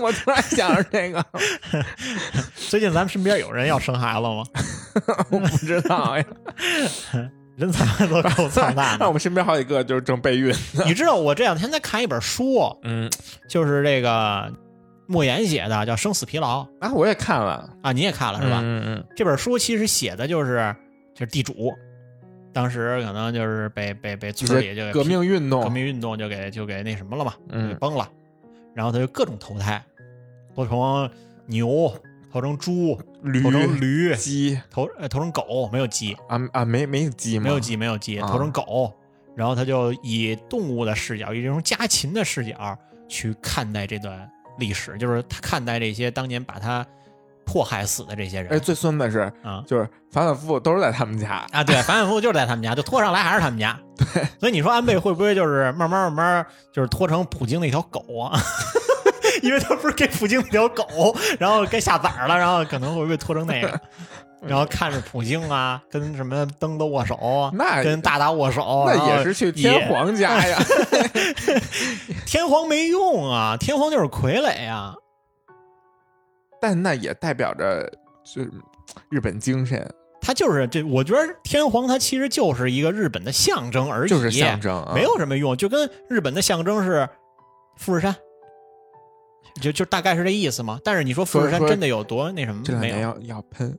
Speaker 1: 我突然想着这个，
Speaker 2: 最近咱们身边有人要生孩子吗？
Speaker 1: 我不知道呀。
Speaker 2: 人才都
Speaker 1: (laughs)
Speaker 2: 够 (laughs) 操蛋
Speaker 1: 那我
Speaker 2: 的。
Speaker 1: 们身边好几个就是正备孕。
Speaker 2: 你知道我这两天在看一本书，
Speaker 1: 嗯
Speaker 2: 就是这个莫言写的，叫《生死疲劳》
Speaker 1: 啊，我也看了，
Speaker 2: 啊，你也看了是吧？
Speaker 1: 嗯嗯
Speaker 2: 这本书其实写的就是就是地主，当时可能就是被被被村里就给
Speaker 1: 嗯，革命运动，
Speaker 2: 革命运动就给就给那什么了嘛，就给
Speaker 1: 嗯
Speaker 2: 崩了，然后他就各种投胎，投成牛，投成猪，
Speaker 1: 驴
Speaker 2: 投成驴，
Speaker 1: 鸡
Speaker 2: 投呃投成狗，没有鸡，
Speaker 1: 啊啊，没没有鸡吗？
Speaker 2: 没有鸡，没有鸡，
Speaker 1: 啊
Speaker 2: 投成狗，然后他就以动物的视角，以这种家禽的视角去看待这段历史，就是他看待这些当年把他迫害死的这些
Speaker 1: 哎，
Speaker 2: 人
Speaker 1: 最孙子是
Speaker 2: 啊。
Speaker 1: 就是反反复复都是在他们家，
Speaker 2: 啊，对，反反复复就是在他们家，就拖上来还是他
Speaker 1: (laughs)
Speaker 2: 们家。对，所以你说安倍会不会就是慢慢慢慢就是拖成普京那条狗啊？ (laughs) 因为他不是给普京那条狗，然后该下崽儿了，然后可能会被拖成
Speaker 1: (laughs)
Speaker 2: 那个，然后看着普京啊，跟什么灯都握手啊，
Speaker 1: 那
Speaker 2: 跟大大握手，啊然
Speaker 1: 那
Speaker 2: 后
Speaker 1: 也是去天皇家
Speaker 2: (laughs)
Speaker 1: 呀。
Speaker 2: 天皇没用啊，天皇就是傀儡啊。
Speaker 1: 但那也代表着就是日本精神，
Speaker 2: 他就是这，我觉得天皇他其实就是一个日本的象征而已，
Speaker 1: 就是象征啊，
Speaker 2: 没有什么用，就跟日本的象征是富士山，就就大概是这意思嘛。但是你说富士山
Speaker 1: 说
Speaker 2: 真的有多那什么
Speaker 1: 这？两
Speaker 2: 没
Speaker 1: 年
Speaker 2: 有
Speaker 1: 要要喷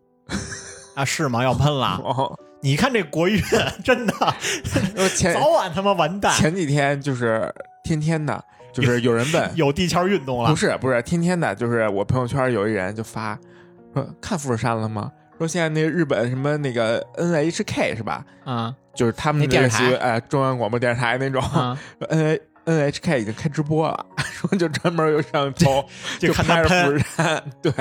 Speaker 2: 啊？是吗？要
Speaker 1: (laughs)
Speaker 2: 喷了？
Speaker 1: 哦。
Speaker 2: 你看这国运
Speaker 1: (laughs)
Speaker 2: 真的
Speaker 1: 我前
Speaker 2: 早晚他妈完蛋，
Speaker 1: 前几天就是天天的，就是有人问，
Speaker 2: (laughs) 有地壳运动
Speaker 1: 不
Speaker 2: 了。
Speaker 1: 是不是天天的，就是我朋友圈有一人就发说看富士山了吗？说现在那日本什么那个 NHK 是吧？
Speaker 2: 啊
Speaker 1: 就是他们
Speaker 2: 那电视
Speaker 1: 类似于
Speaker 2: 台
Speaker 1: 哎中央广播电视台那种 (laughs)
Speaker 2: 啊！
Speaker 1: N N H K 已经开直播了， (laughs) 说就专门有摄像头
Speaker 2: 就看
Speaker 1: 拍
Speaker 2: 他
Speaker 1: 着富
Speaker 2: 喷
Speaker 1: 士山， (laughs) 对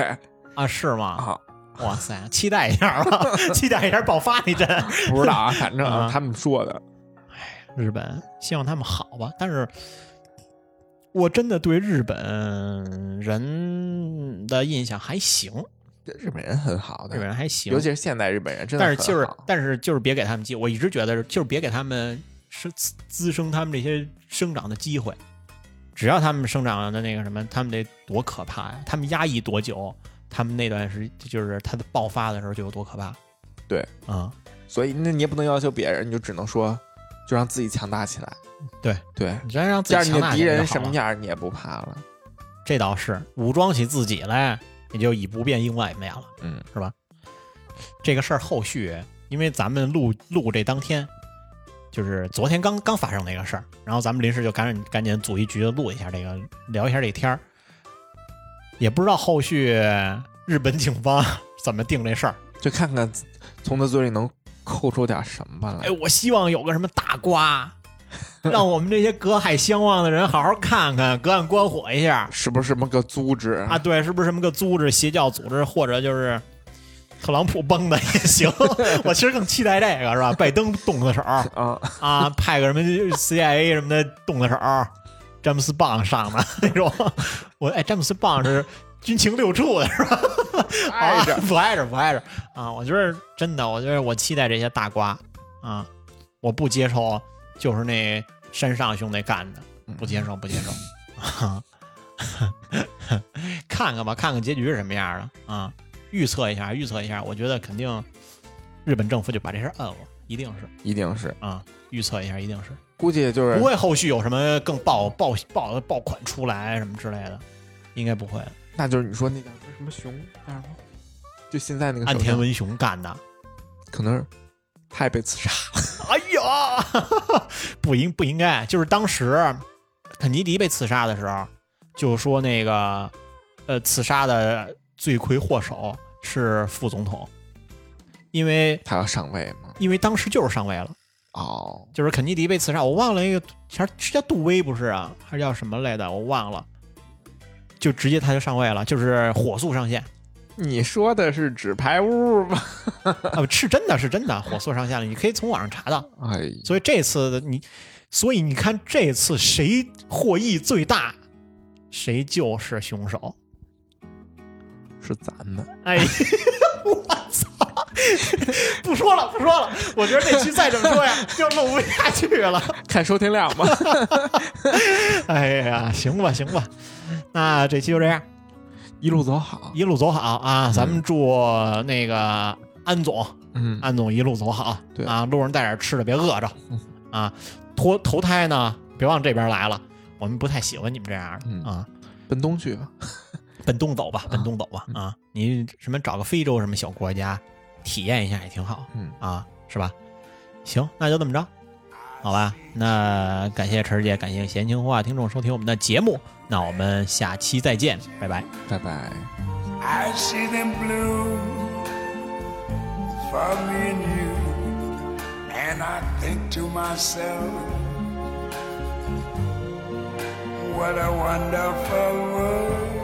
Speaker 2: 啊，是吗？
Speaker 1: 啊，
Speaker 2: 哇塞，期待一
Speaker 1: (laughs)
Speaker 2: 下吧，期待一下爆发那阵。
Speaker 1: 不知道啊，反正
Speaker 2: 啊
Speaker 1: 他们说的，
Speaker 2: 日本，希望他们好吧。但是，我真的对日本人的印象还行，
Speaker 1: 日本人很好
Speaker 2: 日本
Speaker 1: 的，
Speaker 2: 人还行，
Speaker 1: 尤其是现代日本人，真的
Speaker 2: 但是
Speaker 1: 很好，
Speaker 2: 就是但是就是别给他们机，我一直觉得是就是别给他们生滋滋生他们这些生长的机会。只要他们生长的那个什么，他们得多可怕呀！他们压抑多久，他们那段时就是他的爆发的时候就有多可怕。
Speaker 1: 对
Speaker 2: 啊、
Speaker 1: 所以那你也不能要求别人，你就只能说，就让自己强大起来，
Speaker 2: 对
Speaker 1: 对，
Speaker 2: 你真让自
Speaker 1: 这样
Speaker 2: 己
Speaker 1: 你
Speaker 2: 强
Speaker 1: 的
Speaker 2: 大
Speaker 1: 敌
Speaker 2: 起来就
Speaker 1: 人
Speaker 2: 好
Speaker 1: 什么
Speaker 2: 了
Speaker 1: 样你也不怕了，
Speaker 2: 这倒是，武装起自己来，也就以不变应万变了。
Speaker 1: 嗯，
Speaker 2: 这个事儿后续，因为咱们录录这当天，就是昨天刚刚发生那个事儿，然后咱们临时就赶紧赶紧组一局录一下这个，聊一下这天儿。也不知道后续日本警方怎么定这事儿。
Speaker 1: 就看看从他嘴里能扣出点什么来
Speaker 2: 哎，，我希望有个什么大瓜，让我们这些隔海相望的人好好看看，隔岸观火一下
Speaker 1: 是不是什么个组织
Speaker 2: 啊！？对，是不是什么个组织、邪教组织，或者就是特朗普崩的也行？我其实更期待这个，是吧？拜登动的手儿。
Speaker 1: 啊， (laughs)
Speaker 2: 啊，派个什么 CIA 什么的动的手儿，詹姆斯棒上的那种。我哎，詹姆斯棒是军情六处的是吧？
Speaker 1: 挨着
Speaker 2: 啊、 (laughs) 不挨着不挨着啊！我觉得真的，我觉得我期待这些大瓜啊，我不接受，就是那山上兄弟干的，
Speaker 1: 嗯
Speaker 2: 不接受不接受。 (laughs) 啊看看吧，看看结局是什么样的啊！预测一下，预测一下，我觉得肯定日本政府就把这事儿摁了，一定是。
Speaker 1: 一定是，
Speaker 2: 啊，预测一下，一定是
Speaker 1: 估计就是
Speaker 2: 不会后续有什么更爆爆爆爆款出来什么之类的，应该不会。
Speaker 1: 那就是你说那叫什么熊叫什么，就现在那个
Speaker 2: 岸
Speaker 1: 首
Speaker 2: 田
Speaker 1: 相
Speaker 2: 文雄干的，
Speaker 1: 可能是他也被刺杀了，
Speaker 2: 哎呀， (laughs) 不应不应该，就是当时肯尼迪被刺杀的时候，就说那个呃，刺杀的罪魁祸首是副总统，因为
Speaker 1: 他要上位吗？
Speaker 2: 因为当时就是上位了。
Speaker 1: 哦，
Speaker 2: 就是肯尼迪被刺杀，我忘了那个前是叫杜威不是啊，还是叫什么来的，我忘了。就直接他就上位了，就是火速上线
Speaker 1: 你说的是纸牌屋吧？
Speaker 2: 啊，是真的是真的火速上线了，你可以从网上查到。
Speaker 1: (laughs) 哎，
Speaker 2: 所以这次的你，所以你看这次谁获益最大，谁就是凶手。
Speaker 1: 是咱们
Speaker 2: 哎， (laughs) 我操！不说了，不说了，我觉得这期再这么说呀，就录不下去了。
Speaker 1: 看收听量
Speaker 2: (laughs)
Speaker 1: 吗？
Speaker 2: 哎呀，行吧，行吧，那这期就这样。
Speaker 1: 一路走好，
Speaker 2: 一路走好啊！咱们祝那个安总，
Speaker 1: 嗯，
Speaker 2: 安总一路走好。
Speaker 1: 对
Speaker 2: 啊，路上带点吃的，别饿着
Speaker 1: 嗯。
Speaker 2: 啊，投投胎呢，别往这边来了，我们不太喜欢你们这样的
Speaker 1: 嗯
Speaker 2: 啊。
Speaker 1: 奔东去吧。
Speaker 2: 奔东走吧，奔东走吧啊！你什么找个非洲什么小国家体验一下也挺好，
Speaker 1: 嗯
Speaker 2: 啊，是吧？行，那就这么着，好吧？那感谢晨儿姐，感谢闲情话听众收听我们的节目，那我们下期再见，拜拜。
Speaker 1: 拜拜。
Speaker 3: I see them blue for me and you, and I think to myself, what a wonderful world.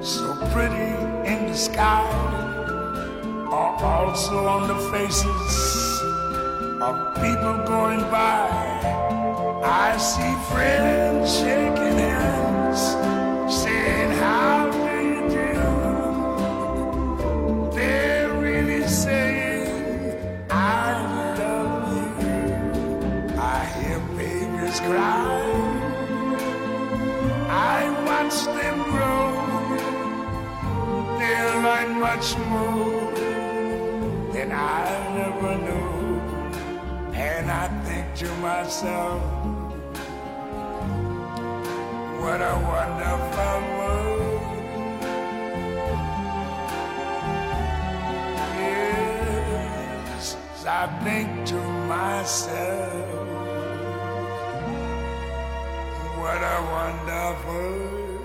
Speaker 3: so pretty in the sky are also on the faces of people going by I see friends shaking hands, saying, How do you do? They're really saying, I love you. I hear babies cry. I watch them grow. They're like much more than I ever knew. And I think to myself, what a wonderful world. Yes, I think to myself, what a wonderful